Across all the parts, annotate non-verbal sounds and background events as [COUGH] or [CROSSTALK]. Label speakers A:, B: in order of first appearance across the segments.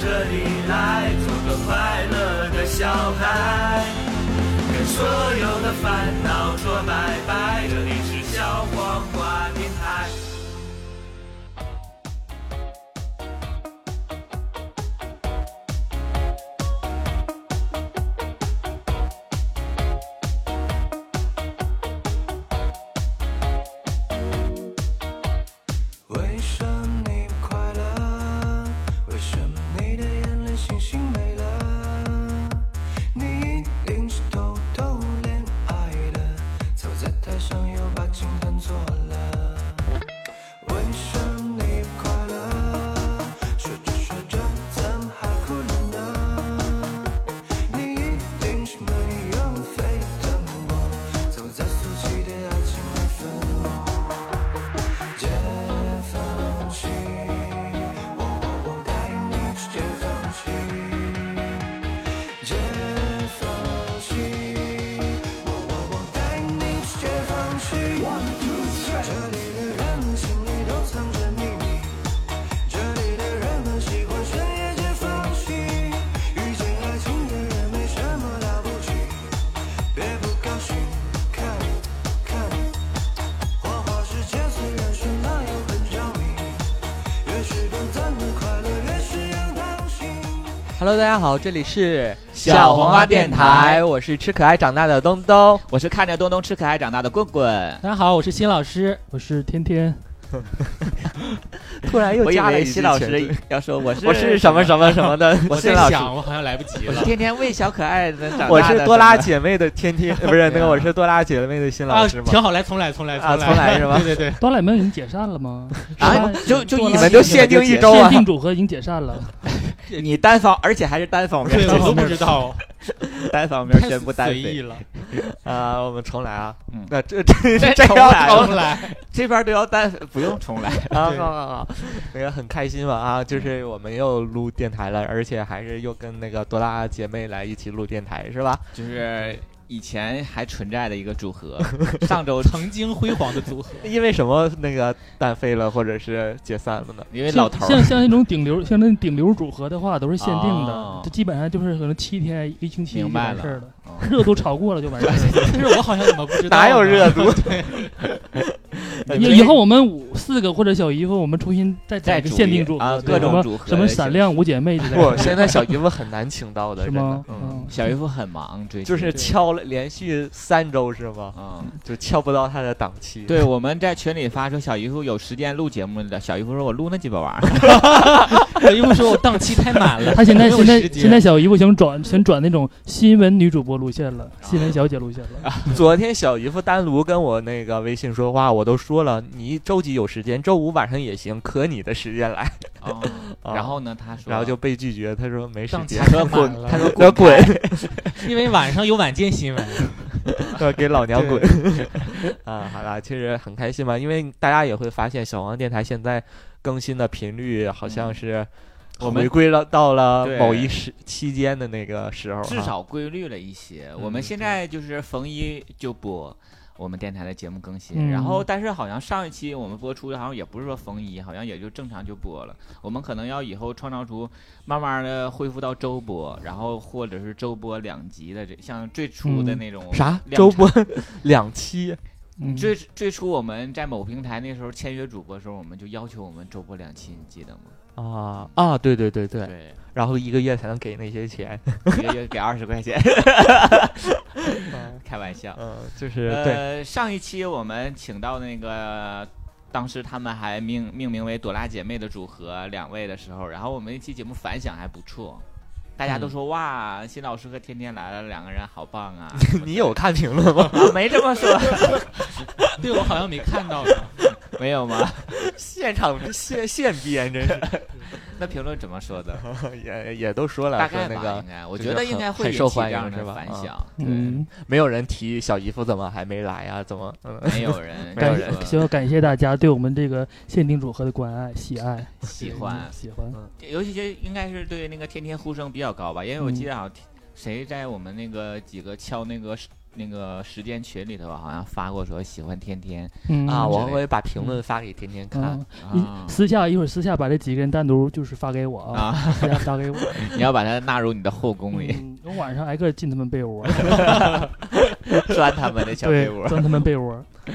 A: 这里来，做个快乐的小孩，跟所有的烦恼说拜拜。这里是小黄瓜电台。
B: 为什么你不快乐？为什么你的眼里星星没了？你一定是偷偷恋爱的，走在台上又把琴弹错了。为什么你不快乐？说着说着怎么还哭了呢？你一定是没有沸腾过，走在俗气的爱情里粉末。解放西，我我我带你去解放西，解放西，我我我带你去解放西。这里的人们心里都藏着秘密，这里的人们喜欢深夜解放西，遇见爱情的人没什么了不起，别不高兴，看看。花花世界虽然绚烂又很着迷，越是短暂的快乐，越是要当心。
C: Hello，大家好，这里是
D: 小黄瓜电台
C: 我是吃可爱长大的东东。
D: 我是看着东东吃可爱长大的棍棍，
E: 大家好，我是新老师，我是天
D: [LAUGHS]
E: 天。
C: 突然又
D: 我
C: 进
D: 压
C: 了
D: 了
C: 一
D: 西
C: 句
D: 老
C: 前
D: 师
C: 缀，
D: 要说我是
C: [LAUGHS] 我是什么什么什么的，
D: [LAUGHS] 我是
E: 在
D: 老师，
E: 想，我好像来不及
D: 我是
E: 了。
D: 天天为小可爱能长大的
C: 我是多拉
D: 什么
C: 姐妹的天天， [LAUGHS] 呃不是
D: 啊
C: 那个我是多拉姐妹的新
E: 啊，
C: 老师吗？
E: 挺好，来重来，重来，
C: 啊
E: 重
C: 重来是吧
E: [LAUGHS] 对对对，
F: 哆啦 A 梦已经解散了吗？
D: [LAUGHS] 啊，就就
F: 多
C: 你
F: 拉
C: 们就限定一周
F: 限
C: 啊！
F: 定组合已经解
D: [LAUGHS]
F: 散了，
D: 你单方，而且还是单方面
E: 对，我都不知
D: 宣 [LAUGHS]
E: 道，
D: 布，单方面
E: 太
D: 宣布单
E: 随意
D: 飞，
E: 了。
C: 啊，我们重来啊
D: 嗯！
C: 那这这这
D: 重
C: 要
D: 来
C: 重
E: 重来，啊
D: 这边都要单， [LAUGHS] 不用重来。
F: [LAUGHS]
C: 啊，
E: 对
C: 好好好，那个很开心嘛
F: 嗯
C: 啊，就是我们又录电台了，而且还是又跟那个多拉姐妹来一起录电台是吧？
D: [LAUGHS] 就是以前还存在的一个组
E: [LAUGHS]
D: 合，上周
E: 曾经辉煌的组合，
C: 因为什么那个单飞了或者是解散了呢？
D: 因为老头
F: 像
D: 儿
F: 像像那种顶流，像那顶流组合的话，都是限定
D: 哦
F: 的，这基本上就是可能七天一个星期就
D: 明白
F: 完
D: 了
F: 事儿了
D: 哦，
F: 热度炒过了就完事儿了。
D: [LAUGHS]
E: 但是我好像怎么不知道？
C: 哪有热？
E: [LAUGHS]
C: 度？
F: 以以后我们五四个或者小姨夫，我们重新再整
D: 再
F: 一个
D: 组
F: 限
D: 一
F: 定组合
D: 啊，
F: 对
D: 各种
F: 什么
D: 组合
F: 什么闪亮五姐妹之类 [LAUGHS]
C: 不，
F: 的，
C: 现在小姨夫很难请到的，
F: 是
C: 真的
F: 吗？
C: 嗯，
F: 嗯，
D: 小姨夫很忙，最近
C: 就是敲了连续三周是吗？
D: 嗯。
C: 就敲不到他的档期。
D: [LAUGHS] 对，我们在群里发说小姨夫有时间录节目的，小姨夫说我录那鸡巴玩意儿，
E: 小姨夫说我档期太满
F: [LAUGHS]
E: 了，
F: 他现在
E: 没有
F: 现在
E: 时间
F: 现在小姨夫想转想转那种新闻女主播路线了，新闻小姐路线了。
C: [LAUGHS] 昨天小姨夫单独跟我那个微信说话，我都说了，你周几有时间，周五晚上也行，可你的时间来。
D: 哦
C: 啊
D: 然后呢，他说，
C: 然后就被拒绝，他说没时
E: [LAUGHS] 档期
C: 间 [LAUGHS]
E: 太，
D: 他
E: 满
D: 滚，他
E: 了，
D: 说
C: 要滚，
E: 因为晚上有晚间新闻，
C: 要呃给老娘滚。 [LAUGHS] 啊，好啦，其实很开心嘛，因为大家也会发现小王电台现在更新的频率好像是。
D: 嗯我们
C: 回归了到了
D: 对
C: 某一时期间的那个时候啊，
D: 至少规律了一些。
F: 嗯
D: 我们现在就是逢一就播我们电台的节目更新，
F: 嗯
D: 然后但是好像上一期我们播出的好像也不是说逢一，好像也就正常就播了。我们可能要以后创造出慢慢的恢复到周播，然后或者是周播两集的这像最初的
F: 嗯
D: 那种
C: 啥
D: 量
C: 周
D: 产
C: 播 [LAUGHS] 两期，
F: 嗯
D: 最最初我们在某平台那时候签约主播的时候，我们就要求我们周播两期，你记得吗？
C: 啊啊，对对对对，
D: 对，
C: 然后一个月才能给那些钱，
D: 一个月给二十块
F: [LAUGHS]
D: 钱，开玩笑。
C: 嗯，就是对， [LAUGHS]
D: 呃，上一期我们请到那个。当时他们还命命名为朵拉姐妹的组合两位的时候，然后我们那期节目反响还不错，大家都说、哇，新老师和天天来了，两个人好棒啊！
C: 你有看评
D: [LAUGHS]
C: 论吗？
D: 啊，没这么说，
E: 对我好像没看到呢。
D: 没有吗？
C: 现场现现编，真是
D: 那评论怎么说的？
C: [LAUGHS] 也也都说了，
D: 大
C: 说
D: 概
C: 那
D: 吧，
C: 个
D: 应该，我
C: 就
D: 觉
C: 是
D: 得
C: 很
D: 应该会
C: 很
D: 引
C: 受
D: 起
C: 欢
D: 这
C: 迎
D: 样
C: 是
D: 的
C: 吧
D: 反
C: 啊
D: 响。对，
F: 嗯，
C: 没有人提小姨夫怎么还没来啊？怎么？嗯，
D: 没有人，
C: 没有
D: 就是
C: 人
F: 需要 [LAUGHS] 感谢大家对我们这个限定组合的关爱、喜爱、
D: 喜欢
F: 嗯，喜欢。
D: 尤其是应该是对
C: 嗯
D: 那个天天呼声比较高吧，因为我记得好像谁在我们那个几个敲那个那个时间群里头好像发过说喜欢天天
F: 嗯
C: 啊，我
D: 之类
C: 会把评论发给天天看
F: 嗯。一
D: 啊
F: 私下一会儿私下把这几个人单独就是发给我啊，
D: 啊，
F: 私下发给我。
D: [LAUGHS] 你要把它纳入你的后宫里，
F: 嗯，我晚上挨个进他们被窝，
D: [LAUGHS] 钻他们的小
F: 对
D: 被，窝。
F: 钻他们被窝。
C: 嗯，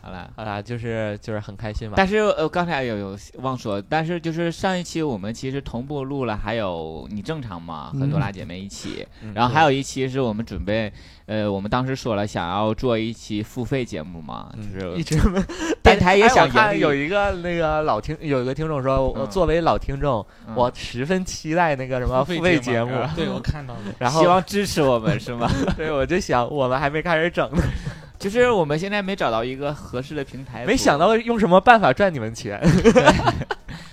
D: 好了。
C: 好啦，就是就是很开心嘛。
D: 但是呃，刚才有有忘说，但是就是上一期我们其实同步录了，还有你正常吗？和
F: 嗯
D: 多拉姐妹一起，
C: 嗯
D: 然后还有一期是我们准备，呃，我们当时说了想要做一期付费节目嘛，
C: 嗯
D: 就
C: 一
D: 是
C: 直没
D: 电台也
C: 哎
D: 想
C: 我看
D: 盈利
C: 有一个那个老听有一个听众说，我
D: 嗯
C: 作为老听众，
D: 嗯
C: 我十分期待那个什么付费节目。
E: 啊对我看
D: [LAUGHS]
E: 到了，
C: 然
D: 希
C: 后，
D: 望支持我们是吗？
C: 对我就想，我们还没开始整呢，
D: [LAUGHS] 就是我们现在没找到一个合适的平台，
C: 没想。到用什么办法赚你们钱。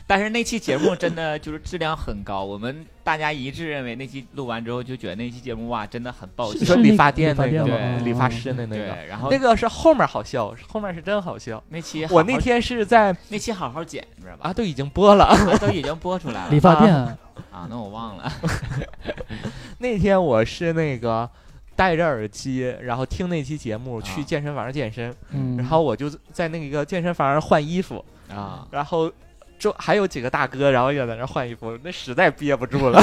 D: 但是那期节目真的就是质量很高，我们大家一致认为那期录完之后就觉得那期节目哇真的很爆
C: 你
F: 是
D: 笑。
C: 说
F: 那
C: 理
F: 个
C: 发店
F: 理发
C: 那个
F: 店
C: 吗，
D: 吗
C: 理发师的那
D: 嗯对
C: 个，，
D: 然后
C: 那个是后面好笑，后面是真好笑。
D: 那期哎好好
C: 我那天是在
D: 那期好好剪，你知道吧？
C: 啊，都已经播了。
D: 啊都已经播出来
F: 理
D: 了
F: 发店，
D: 啊，那我忘了。
C: 那天我是那个戴着耳机，然后听那期节目
D: 啊
C: 去健身房健身，
F: 嗯，
C: 然后我就在那个健身房换衣服，
D: 啊，
C: 然后就还有几个大哥，然后也在那换衣服，那实在憋不住 [LAUGHS] 了，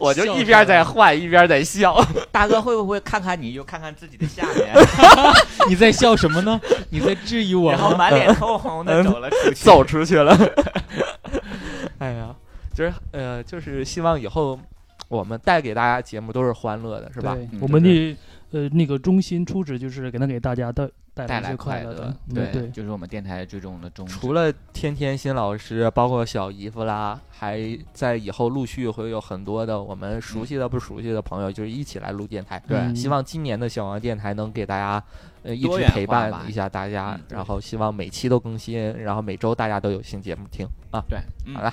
C: 我就一边在换一边在笑。 [LAUGHS]
D: 大哥会不会看看你又看看自己的下面，
E: 你在笑什么呢？你在质疑我
D: 然后
E: 吗？
D: 满脸通红的走了出去？
C: 走出去了。 [LAUGHS] 哎呀，就是呃，就是希望以后我们带给大家节目都是欢乐的，是吧？
F: 对
D: 嗯
F: 我们的呃那个中心初衷就是给能给大家带带
D: 带
F: 一
D: 来
F: 些
D: 快
F: 乐
D: 乐
F: 的，，
D: 对，
F: 嗯对，
D: 就是我们电台最终的宗旨。
C: 除了天天新老师，包括小姨夫啦，还在以后陆续会有很多的我们熟悉的、不熟悉的朋友，就是一起来录电台。
D: 对
F: 嗯
C: 希望今年的小王电台能给大家，呃，一
D: 多
C: 直
D: 元化
C: 陪
D: 吧
C: 伴一下大家
D: 嗯，对
C: 然后希望每期都更新，然后每周大家都有新节目听啊。
D: 对，嗯
C: 好了，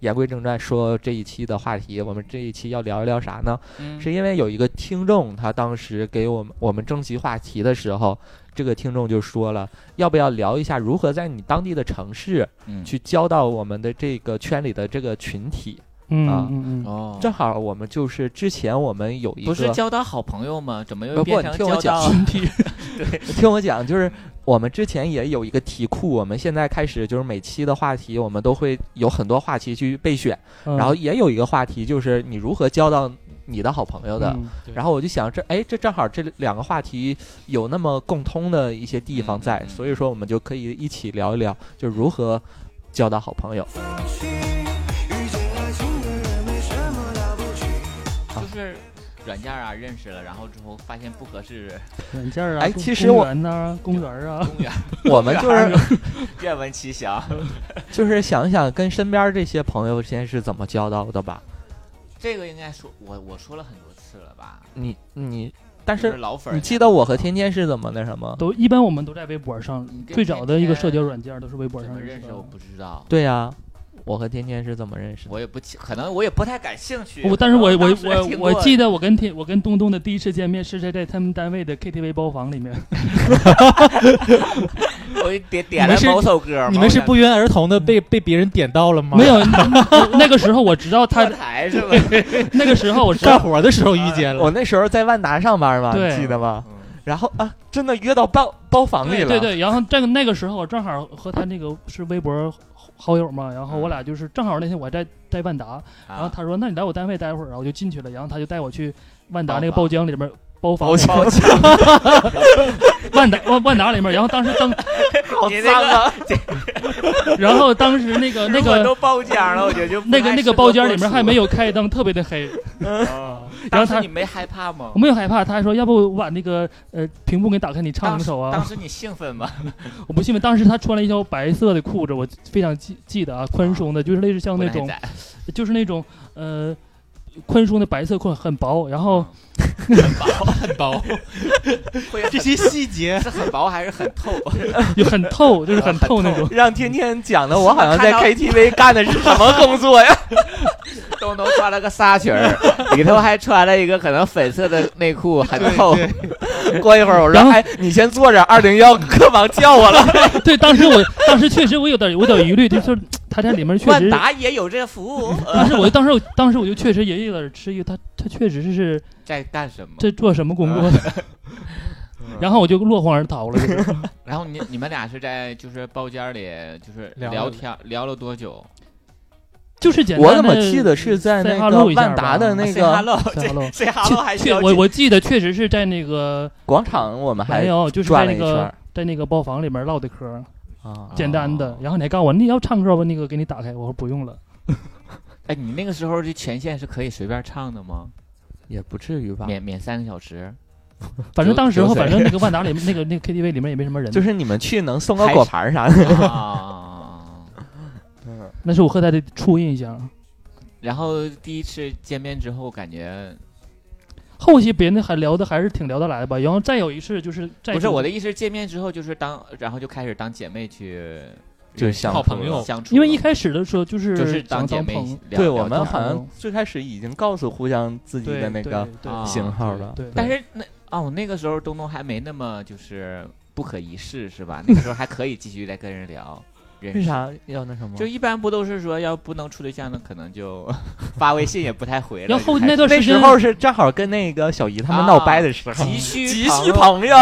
C: 言归正传，说这一期的话题，我们这一期要聊一聊啥呢？
D: 嗯
C: 是因为有一个听众，他当时给我们我们征集话题的时候，这个听众就说了，要不要聊一下如何在你当地的城市
D: 嗯
C: 去交到我们的这个圈里的这个群体？
F: 嗯
C: 啊
F: 嗯嗯，
D: 哦
C: 正好我们就是之前我们有一个，
D: 不是交到好朋友吗？怎么
C: 不
D: 又
C: 不
D: 变
C: 你
D: 成
C: 听我
D: 交到
C: 讲
D: [LAUGHS] 体？
C: [LAUGHS] 听我讲，就是我们之前也有一个题库，我们现在开始就是每期的话题，我们都会有很多话题去备选。
F: 嗯
C: 然后也有一个话题就是你如何交到你的好朋友的。
F: 嗯
E: 对
C: 然后我就想，这哎，这正好这两个话题有那么共通的一些地方在，
D: 嗯嗯嗯
C: 所以说我们就可以一起聊一聊，就如何交到好
D: [LAUGHS]
C: 朋友。
B: 放弃遇见爱情的人没什么了不起。
C: 啊
D: 就是软件啊，认识了，然后之后发现不合适，
F: 软件啊，
C: 哎
F: 公
C: 其实我
F: 公园呐，公园啊，
C: [LAUGHS]
D: 公园
C: 我们就是
D: 愿闻其详。
C: 就是想想跟身边这些朋友先是怎么交到的吧。
D: 这个应该说我我说了很多次了吧？
C: 你你，但
D: 就是老粉儿，
C: 你记得我和天天是怎么那什么？
F: 都一般我们都在微博上
D: 你，跟
F: 最早的一
D: 天
F: 个
D: 天
F: 社交软件都是微博
D: 怎
F: 上
D: 么认识
F: 的
D: 我。不知道，
C: 对呀、我和天天是怎么认识的？
D: 我也不清可能我也不太感兴趣。
F: 我但是我
D: 可能
F: 我
D: 当时也
F: 我
D: 听
F: 我
D: 过
F: 记得我跟天我跟东东的第一次见面是在在他们单位的 KTV 包房里面，
D: 我一点点
E: 你
D: 了
E: 们是
D: 某首歌，
E: 你们是
D: 某
E: 不约而同的被被别人点到了吗？
F: 没有那个时候我知道他
D: 电台
F: [LAUGHS]
D: 是吧？
F: 那个时候我知
E: [LAUGHS] 干
F: 道
E: 活的时候遇见了
C: 我，那时候在万达上班嘛，
F: 对
C: 你记得吗？
D: 嗯
C: 然后啊，真的约到包包房里
F: 对
C: 了。
F: 对对，然后这个那个时候我正好和他那个是微博好友嘛，然后我俩就是正好那天我还在在万达，然后
D: 啊，
F: 他说那你来我单位待会儿，然后我就进去了，然后他就带我去万达那个
D: 包
F: 包
D: 房
F: 浆里面包房
C: 包，间
D: 抱歉，
F: 万达万万达里面，然后当时当
C: 好
D: 你
C: 脏啊！
F: 然后当时那呃个那
D: 如果
F: 个
D: 都包间了，我觉得就不
F: 那个
D: 太
F: 那
D: 适
F: 个
D: 合
F: 包间
D: 播
F: 里面
D: 出
F: 还没有开灯，特别的黑， [LAUGHS]
D: 啊
F: 然
D: 当
F: 后
D: 时
F: 他
D: 你没害怕吗
F: 我？没有害怕，他还说要不我把那个呃屏幕给你打开，你唱
D: 当
F: 两
D: 时
F: 首
D: 当
F: 啊？
D: 时你兴奋吗？
F: 我不信为当时他穿了一条白色的裤子，我非常记记得啊，宽松的，就是类似像那种
D: 不太在
F: 就是那种呃宽松的白色裤，很薄，然后
E: 很薄，
D: 会
E: [LAUGHS] 这些细节
D: 是很薄还是很 [LAUGHS] 透？
F: 又很透，就是
D: 啊
F: 很透那种。 [LAUGHS]
C: 让天天讲的，我好像在
D: 看到
C: KTV 干的是什么工作呀？
D: [LAUGHS] 东东穿了个纱裙儿，里头还穿了一个可能粉色的内裤，很透。
C: 哦过一会儿我说
F: 然：“后
C: 哎，你先坐着，二零幺客房叫我了。
F: 对，当时我当时确实我有点我有点疑虑，就是他在里面确
D: 万
F: 实，
D: 达也有这个服务，
F: 当时我当时我当时我就确实也有点吃一个，他他确实是
D: 在干什么？
F: 在做什么工作的，
C: 啊
F: [LAUGHS] 然后我就落荒而逃了，就是
C: [LAUGHS]
D: 然后你你们俩是在就是包间里就是
E: 聊
D: 聊
E: 了
D: 天聊了多久？
F: 就是简单
C: 我
F: 的
C: 怎么记得是在那
F: say
C: 个
F: hello 一下
C: 万达
F: 吧
C: 的那
D: say
C: 个
D: hello，
C: [LAUGHS]
F: say hello
D: 这 say hello 还是
F: 确
D: 要
F: 我
D: 紧
F: 我记得确实是在那个
C: 广场，我们还
F: 没有，就是
C: 转了
F: 在那
C: 一圈
F: 个
C: 儿
F: 在那个包房里面唠的嗑儿，
C: 啊
F: 简单的。然后你还告诉我你要唱歌吧，那个给你打开，我说不用了。
D: 哎，你那个时候这权限是可以随便唱的吗？
C: 也不至于吧？
D: 免免三个小 [LAUGHS] 时，
F: 反正当时候，
D: 九岁
F: 反正
C: [LAUGHS]
F: 那个万达里那个那个 KTV 里面也没什么人，
C: 就是你们去能送个果盘儿啥的，
D: 啊。
F: 那是我和他的初印象。
D: 然后第一次见面之后，感觉
F: 后期别人还聊的还是挺聊得来的吧。然后再有一次就是再
D: 不是我的，意思，见面之后就是当，然后就开始当姐妹去
C: 就相
E: 好
D: 处
E: 朋友
D: 相处，
F: 因为一开始的时候就是
D: 就是
F: 想
D: 当姐妹
F: 朋友
D: 聊
C: 对
D: 聊
C: 我
D: 天
C: 们
D: 儿
C: 好像最开始已经告诉互相自己
F: 对
C: 的那个
F: 对
D: 啊
C: 型号了。
F: 对，对
D: 但是那哦，那个时候东东还没那么就是不可一世是吧？那个时候还可以继续再跟人聊，认
C: 为
D: 识。
C: 啥要那什么？
D: 就一般不都是说要不能处对象的，可能就 [LAUGHS] 发微信也不太回了。
F: 然后
D: 就开
F: 那
D: 始
F: 段
C: 那
F: 时
C: 时
F: 间
C: 候是正好跟那个小姨他们闹掰的时候，
D: 急需
C: 急
D: 朋
C: 需
D: 友
C: 朋友。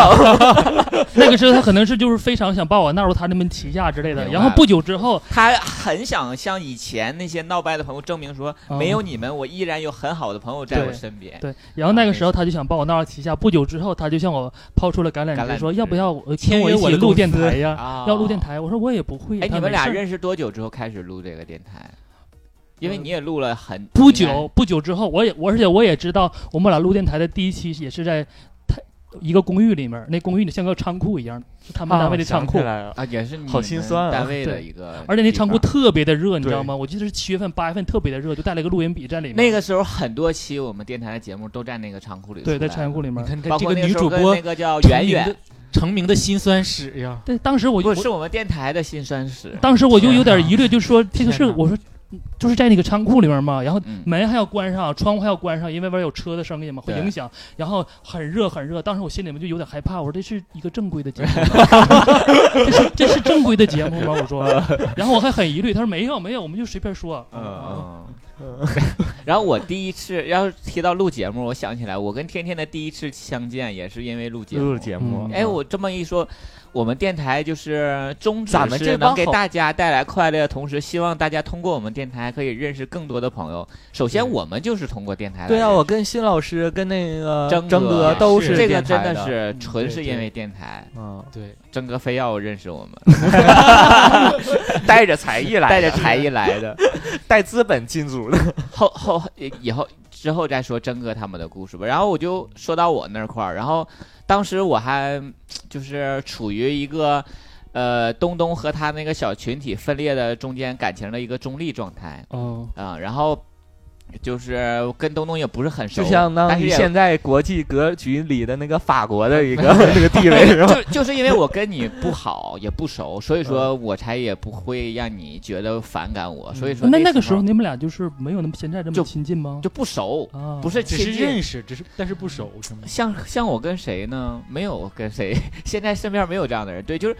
F: 那个时候他可能是就是非常想把我纳入他那门旗下之类的。
D: 明白
F: 然后不久之后，
D: 他很想向以前那些闹掰的朋友证明说，
F: 嗯
D: 没有你们，我依然有很好的朋友在我
F: 对
D: 身边。
F: 对，然后那个时候他就想把我纳入旗下。不久之后，他就向我抛出了橄
D: 橄榄
F: 榄枝，
D: 枝
F: 说要不要我
E: 签
F: 跟我
E: 约
F: 一
E: 我
F: 起
E: 的
F: 录
E: 公
F: 电
E: 司
F: 台呀？
D: 啊，
F: 要录电。台，我说我也不会。
D: 哎，
F: 他
D: 你们
F: 没
D: 俩
F: 事儿
D: 认识多久之后开始录这个电台？因为你也录了很
F: 呃不久，不久之后，我也我而且我也知道，我们俩录电台的第一期也是在他一个公寓里面，那公寓里像个仓库一样，是他们单位的仓库，
C: 啊想起来了
D: 啊，也是你
C: 好心
D: 们
C: 酸啊
D: 单位的
F: 对
D: 一个地方，
F: 而且那仓库特别的热，你知
C: 对
F: 道吗？我记得是七月份、八月份特别的热，就带了一个录音笔在里面。
D: 那个时候很多期我们电台的节目都在那个仓库里出来
F: 对，
D: 的，
F: 在仓库里面
E: 你。看这
D: 包
E: 这
D: 括
E: 个
D: 那
E: 女
D: 时候
E: 主
D: 跟
E: 播
D: 那个叫圆
E: 成名
D: 圆
E: 的，成名的辛酸史呀，
F: 对，当时我就
D: 不
F: 我
D: 是我们电台的辛酸史。
F: 当时我就有点疑虑，就说这个是
E: 天哪
F: 我说就是在那个仓库里面嘛，然后
D: 嗯
F: 门还要关上，窗户还要关上，因为外边有车的声音嘛，会
D: 对
F: 影响。然后很热很热，当时我心里面就有点害怕，我说这是一个正规的节目
D: [LAUGHS]
F: 吗，这是这是正规的节目吗？我说，然后我还很疑虑，他说没有没有，我们就随便说。啊
D: 嗯， [LAUGHS] 然后我第一次要是提到录节目，我想起来，我跟天天的第一次相见也是因为录节目。
C: 录节目，
F: 嗯
D: 哎，我这么一说，我们电台就是宗旨
C: 咱们
D: 是
C: 这
D: 能
C: 帮
D: 给
C: 好
D: 大家带来快乐的同时，希望大家通过我们电台可以认识更多的朋友。首先，我们就是通过电台来
C: 对啊，
D: 认识
C: 我跟新老师跟那个
D: 征
C: 征
D: 哥
C: 哥都
E: 是
D: 这个
C: 电
D: 真
C: 台
D: 的是纯
E: 对
D: 是因为电台，
C: 嗯，
E: 对，
D: 征哥非要认识我们，
C: 带着才艺来，
D: 带着才艺来的。
C: 带资本进组的，
D: [LAUGHS] 后后呃以后之后再说征哥他们的故事吧。然后我就说到我那块儿，然后当时我还就是处于一个呃东东和他那个小群体分裂的中间感情的一个中立状态
F: 哦，
D: 啊、然后就是跟东东也不是很熟，
C: 就相当
D: 但是
C: 于
D: 也 [LAUGHS]
C: 现在国际格局里的那个法国的一个那个地位是吧？
D: 就就是因为我跟你不好，也不熟，所以说我才也不会让你觉得反感我。所以说
F: 那那
D: 个
F: 个时候你们俩就是没有那么现在这么
D: 就
F: 亲近吗？
D: 就不熟，
F: 啊，
D: 不是
E: 只
D: 亲
E: 是
D: 近。
E: 认识，只是但是不熟，是 [LAUGHS] 吗？
D: 像像我跟谁呢？没有跟谁， [LAUGHS] 现在身边没有这样的人。对，就是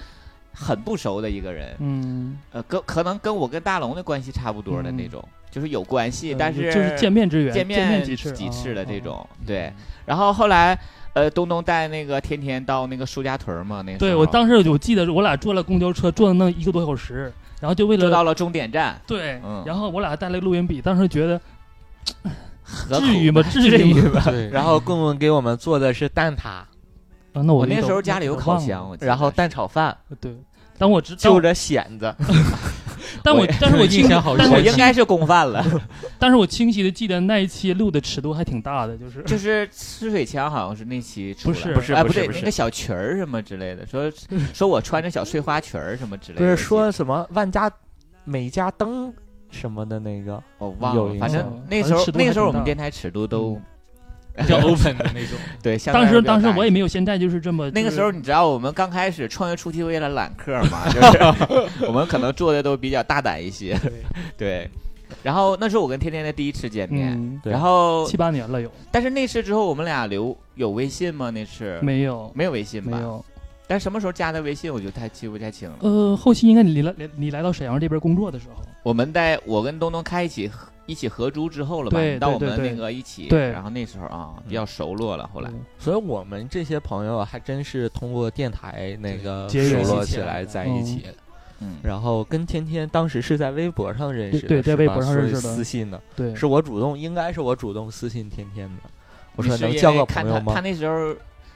D: 很不熟的一个人，
F: 嗯，
D: 呃，跟可能跟我跟大龙的关系差不多的那种，就是有关系，但是
F: 呃就是见面之缘，
D: 见
F: 见
D: 面
F: 几次
D: 几次的这。
F: 啊啊
D: 种。
E: [LAUGHS]
D: 对，然后后来呃，东东带那个天天到那个苏家屯嘛，那个
F: 对，我当时我记得我俩坐了公交车，坐了那一个多小时，然后就为
D: 就
F: 了
D: 到了终点站，
F: 对
D: 嗯，
F: 然后我俩还带了个录音笔，当时觉得
D: 何苦
F: 至于吗？至
D: 至
F: 于吗？
E: 对，
C: 然后棍棍给我们做的是蛋挞，
F: 啊，那
D: 我
F: 我
D: 那时候家里有烤
F: 我
D: 箱，我记得
C: 然后
D: 是
C: 蛋炒饭，
F: 对，但我知
C: 就
F: 道，
C: 着蚬子，
F: 但我但
D: [LAUGHS]
F: 是我清
E: 印象好
F: 但是
D: 我
F: 我
E: 深
D: 应该是公饭了，
F: 但是我清晰的记得那一期录的尺度还挺大的，就是
D: 就是吃水枪好像是那期出来
F: 不是
D: 的哎
C: 不是
D: 对，
C: 不是
D: 那个小裙儿什么之类的，说说我穿着小碎花裙儿什么之类
C: 不
D: 的，
C: 是
D: 我记得
C: 说什么万家美家灯什么的那个，
D: 我忘
C: 有
D: 了，
C: 印
D: 反正
F: 象
D: 那时候
F: 反正尺度还
D: 那个时候我
F: 挺
D: 们
F: 大
D: 电台尺度都
E: 比 [LAUGHS] 较 open 的那种，
D: 对，相对
F: 嗯当
D: 来说
F: 时
D: 比较
F: 当时
D: 大
F: 我
D: 一
F: 也
D: 些
F: 没有现在就是这么
D: 那个
F: 就是
D: 时候，你知道我们刚开始创业初期为了揽客嘛，就是我们可能做的都比较大胆一些， [LAUGHS] 对。然后那是我跟天天的第一次见面，
F: 嗯，
C: 对
D: 然后
F: 七八年了有
D: 但是那次之后我们俩留有微信吗？那次
F: 没有
D: 没有微信
F: 没
D: 吧？
F: 有？
D: 但什么时候加的微信，我就太记不太清了。
F: 呃，后期应该你来你来到沈阳这边工作的时候，
D: 我们在我跟东东开一起合一起合租之后了吧？
F: 对
D: 你到我
F: 对对
D: 们
F: 对
D: 那个一起，
F: 对
D: 然后那时候啊比较熟络了。后来
F: 嗯
C: 所以我们这些朋友还真是通过电台那个
F: 结
C: 熟
F: 缘
C: 络
E: 起
C: 起
E: 来
C: 来
E: 的
C: 在一起，
D: 嗯，
C: 然后跟天天当时是在微博上认识的，
F: 对对在
C: 是
F: 微
C: 吧
F: 博上认
C: 所以
F: 识的
C: 私信的，
F: 对，
C: 是我主动，应该是我主动私信天天的，我
D: 你
C: 说
D: 是
C: 能
D: 因
C: 交
D: 为
C: 个
D: 看
C: 朋友
D: 他他
C: 吗？
D: 那时候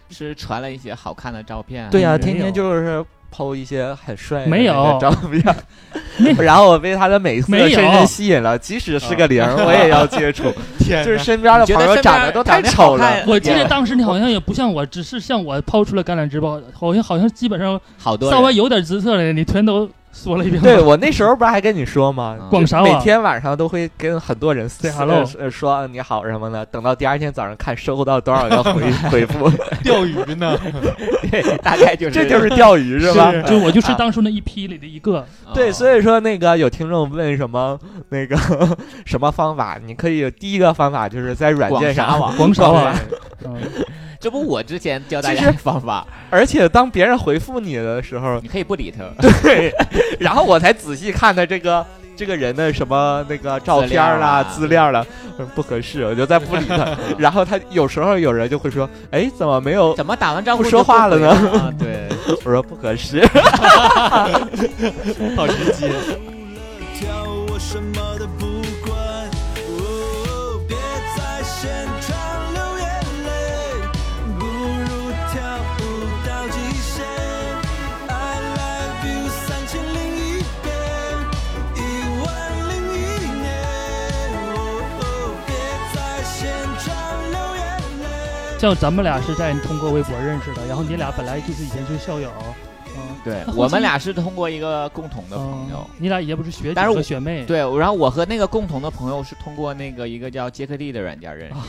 D: 是传了一些好看的照片啊，
C: 对呀、
F: 没
C: 天天
F: 有
C: 就是抛一些很帅的
F: 没
C: 那个
F: 有
C: 照 [LAUGHS] 片，
F: 那
C: 然后我被他的美色
F: 没有
C: 深深吸引了，即使是个零儿，我也要
D: [LAUGHS]
C: 接触。
E: 天
C: 就是身边的
D: 你觉
C: 朋
D: 得
C: 友
D: 身边
C: 长得都
D: 长
C: 太
D: 得
C: 丑
D: 好看
C: 了， [LAUGHS]
F: 我记得当时你好像也不像我，只是像我抛出了橄榄枝吧，好像好像基本上
D: 好多
F: 稍微
D: 人。
F: 有点姿色的，你全都说了一遍。
C: 对， [LAUGHS] 我那时候不是还跟你说吗？
D: 嗯
F: [LAUGHS] 广啊啥
C: 每
F: 网
C: 天晚上都会跟很多人
F: Say
C: 私
F: hello
C: 啊呃说呃你好什么的，等到第二天早上看收到多少个回 [LAUGHS] 回复，
E: 钓鱼 [LAUGHS] 呢，
C: [LAUGHS]
D: 大概就是
C: 这就是钓鱼是啊吧？
F: 就我就是
C: 啊
F: 当初那一批里的一个，
C: [LAUGHS] 对，
D: 以
C: 所以说那个有听众问什么那个 [LAUGHS] 什么方法，你可以第一个方法就是在软件 [LAUGHS] 上，
D: 网，
F: 广少啊，嗯
D: 这不我之前教大
C: 其
D: 家
C: 实
D: 的方法，
C: 而且当别人回复你的时候，
D: 你可以不理他。
C: [LAUGHS] 对，然后我才仔细看他这个这个人的什么那个照片儿啦、
D: 资
C: 资料啦，嗯不合适，我就再不理他。 [LAUGHS] 然后他有时候有人就会说：“哎，怎么没有
D: 怎么打完招呼
C: 不说话了呢
D: 就不回啊？对，？”
C: 我说：“不合适。
E: 好直接。
A: 跳，我什么都不管。哦，别在现场流眼泪，不如跳舞到极限。I love you 三千零一遍，一万零一年。哦，别在现场流眼泪。
F: 像咱们俩是在通过微博认识的，然后你俩本来就是以前是校友，嗯，
C: [LAUGHS]
D: 对
F: 那后期
D: 我们俩是通过一个共同的朋友
C: 哦
F: 嗯，，你俩也不是学姐
D: 但是
F: 和
D: 我
F: 学妹，，
D: 对，然后我和那个共同的朋友是通过那个一个叫杰克蒂的软件认识的，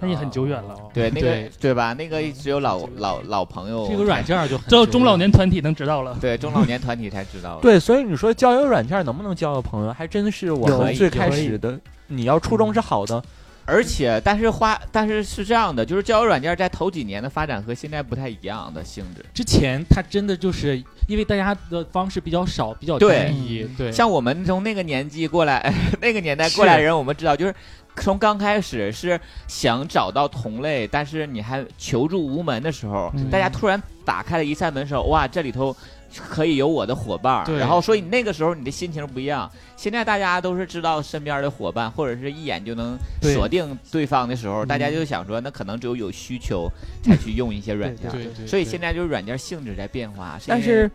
F: 那也很久远
C: 哦
F: 了。
D: 对，那个
E: 对
D: 对吧？那个只有老老老朋友，
E: 这个软件儿就很
F: 只有中老年团体能知道了，
D: 对中老年团体才知道”的。
C: [LAUGHS] [LAUGHS] 对，所以你说交友软件能不能交个朋友，还真是我
D: 有
C: 们最
E: 有
C: 开始的。你要初衷是好的，
D: 而且但是花，但是是这样的，就是交友软件在头几年的发展和现在不太一样的性质。
E: 之前他真的就是因为大家的方式比较少，比较
D: 对
E: 单一，对，
D: 像我们从那个年纪过来， [LAUGHS] 那个年代过来人，我们知道就是。从刚开始是想找到同类，但是你还求助无门的时候，
F: 嗯
D: 大家突然打开了一扇门的时候，哇，这里头可以有我的伙伴儿。
E: 对
D: 然后，所以你那个时候你的心情不一样。现在大家都是知道身边的伙伴，或者是一眼就能
E: 对
D: 锁定对方的时
E: 嗯
D: 候，大家就想说，那可能只有有需求才去用一些软件儿。
E: 对对，
D: 所以现在就是软件性质在变化。
C: 但
D: 因为
C: 是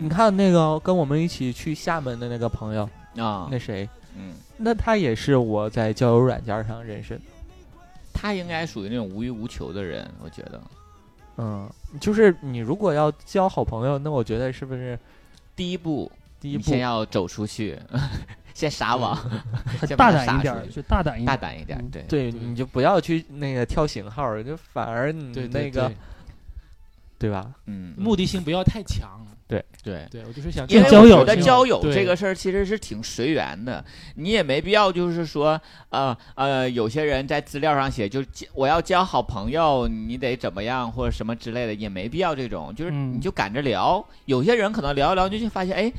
C: 你
D: 嗯
C: 看那个跟我们一起去厦门的那个朋友，
D: 啊，
C: 那谁，
D: 嗯，
C: 那他也是我在交友软件上认识的。
D: 他应该属于那种无欲无求的人，我觉得。
C: 嗯，就是你如果要交好朋友，那我觉得是不是
D: 第一步，
C: 第一
D: 你
C: 步
D: 先要走出去， [LAUGHS] 先撒网， [LAUGHS] 先
F: 大
D: 把它
F: 胆一
D: 撒
F: 点
D: 出
F: 儿，嗯
D: 去，
F: 就大胆一
D: 大
F: 点。
D: 胆一点，对。
C: 对，
E: 对
C: 你就不要去那个挑型号儿，就反而你
E: 对
C: 那个对吧？
D: 嗯，
E: 目的性不要太强，
D: 对。
E: 对我就是想
D: 因为
F: 交
D: 我
F: 友
D: 觉得
F: 是
D: 交友
E: 对
D: 这个事儿其实是挺随缘的，你也没必要就是说，呃呃，有些人在资料上写就是我要交好朋友，你得怎么样或者什么之类的，也没必要这种，就是
F: 嗯
D: 你就赶着聊。有些人可能聊一聊，你就发现哎，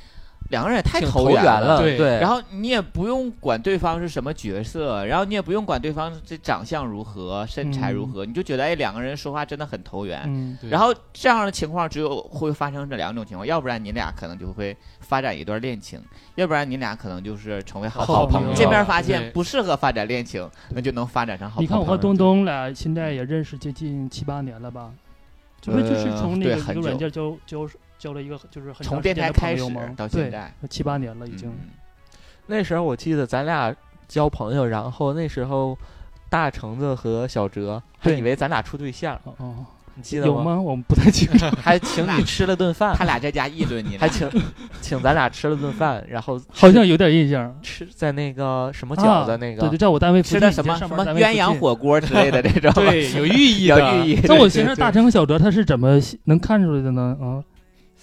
D: 两个人也太
C: 挺
D: 投
C: 缘
D: 了。
E: 对
C: 对。
D: 然
C: 后
D: 后你也不用管对方是什么角色，然后你也不用管对方这长相如何、身材如何，你就觉得哎，两个人说话真的很投缘。
F: 嗯，
E: 对
D: 然后这样的情况只有会发生这两种情况，要不然你俩可能就会发展一段恋情，要不然你俩可能就是成为好
E: 好
D: 朋
E: 朋友
D: 这边发现
E: 对
D: 不适合发展恋情，那就能发展成好
F: 你
D: 朋
F: 看
D: 友。
F: 我和东东俩现在也认识接近七八年了吧？这不就是
D: 嗯呃
F: 从那
D: 对
F: 个一
D: 很
F: 个
D: 久
F: 软件交交交了一个就是很
D: 从
F: 长
D: 电
F: 时
D: 台
F: 间的
D: 开始
F: 朋友吗？
D: 到现
F: 对，
D: 在，
F: 七八年了已经
D: 嗯。
C: 那时候我记得咱俩交朋友，然后那时候大橙子和小哲还
F: 对
C: 以为咱俩处对象儿，
D: 嗯
F: 哦哦，
C: 你记得
F: 有
C: 吗？
F: 吗？我们不太清楚。
C: 还请你吃了顿
D: 嗯
C: 饭
D: [LAUGHS] 他，俩在家议论你俩，
C: 还请 [LAUGHS] 请咱俩吃了顿饭，然后
F: 好像有点印象。
D: [LAUGHS]
C: 吃在那个什么饺子
F: 啊
C: 那
F: 对，
C: 个
F: 就。在我单位附
D: 吃
F: 近
D: 的什么
F: 以
D: 什
F: 前上
D: 么
F: 班单位
D: 鸳鸯
F: 附近
D: 火 [LAUGHS] 锅之
F: [LAUGHS]
D: 类的这种，
E: 对有寓意
D: 有
E: 的
D: 寓意。
F: 那我寻思大成和小哲他是怎么能看出来的呢？啊，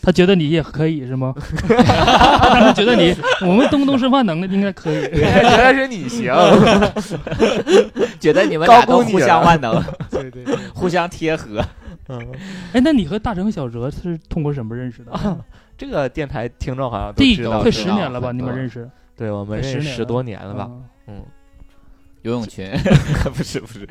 F: 他觉得你也可以是吗？ [LAUGHS] 他当时觉得你，我们东东师范能力应该
D: [LAUGHS]
C: [LAUGHS]
F: 可以。
C: 原来是你行， [LAUGHS]
D: 觉得你们俩
C: 高
D: 都
C: 估你
D: 互相
C: 了
D: 万能，
E: 对对对，
D: 互相贴合。
C: 嗯，
F: 哎，那你和大成和小哲是通过什么认识的？
C: [LAUGHS] 这个电台听众好像都
F: 这
C: 知
F: 个
C: 道，
F: 快
D: 知
F: 十
D: 道
F: 年了吧？
D: 很
F: 你们
D: 多
F: 认识？
C: 对我们
F: 快
C: 认识
F: 10年
C: 十
F: 了
C: 多年了吧？
F: 嗯
C: 嗯，
D: 游泳裙，不是不是，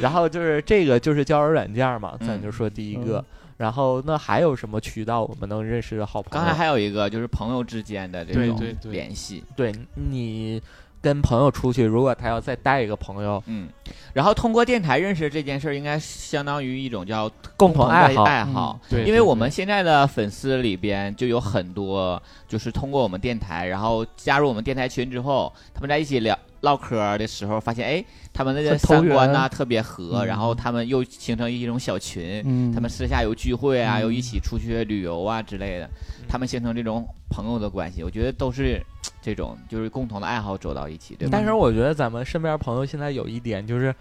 C: 然后就是这个就是交友软件嘛，咱
D: 嗯
C: 就说第一个。然后那还有什么渠道我们能认识好朋
D: 刚
C: 友？
D: 才还有一个就是朋友之间的这
E: 对
D: 种
E: 对对
D: 联系，
C: 对你跟朋友出去，如果他要再带一个朋友，
D: 嗯，然后通过电台认识这件事儿，应该相当于一种叫
C: 共同
D: 同
C: 爱好，
D: 爱好，
E: 嗯对，
D: 因为
E: 对
D: 我
E: 对
D: 们现在的粉丝里边就有很多，就是通过我们电台，然后加入我们电台群之后，他们在一起聊唠嗑儿的时候，发现哎，他们那个
C: 很投
D: 三观
C: 缘
D: 呐、特别合，
F: 嗯
D: 然后他们又形成一种小群，
F: 嗯，
D: 他们私下有聚会啊，
F: 嗯
D: 又一起出去旅游啊之类的，
C: 嗯
D: 他们形成这种朋友的关系，我觉得都是这种就是共同的爱好走到一起，对吧？
C: 但是我觉得咱们身边朋友现在有一点就是，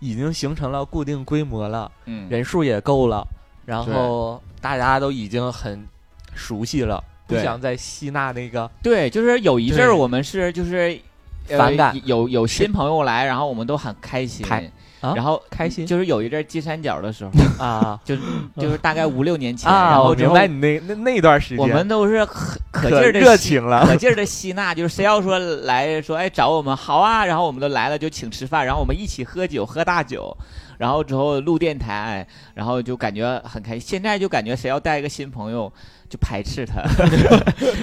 C: 已经形成了固定规模了，
D: 嗯，
C: 人数也够了，然后大家都已经很熟悉了，不
D: 对
C: 想再吸纳那 [LAUGHS] 个
D: 对，就是有一阵
C: 对
D: 儿我们是就是。呃
C: 反感
D: 有有新朋友来，然后我们都很开心，
C: 开啊
D: 然后
C: 开心
D: 就是有一阵儿金三角的
C: [LAUGHS]
D: 时候，
C: 啊
D: 就就是大概五六年前，然
C: 啊！
D: 后
C: 我
D: 之
C: 明
D: 后
C: 白你那那那段时间，
D: 我们都是可可
C: 可
D: 劲儿的
C: 热情
F: 啊
C: 了，
D: 可劲儿的吸纳，就是谁要说来说哎找我们好啊，然后我们都来了就请吃饭，然后我们一起喝酒喝大酒，然后之后录电台，然后就感觉很开心。现在就感觉谁要带一个新朋友就排斥
F: [LAUGHS]
D: 他，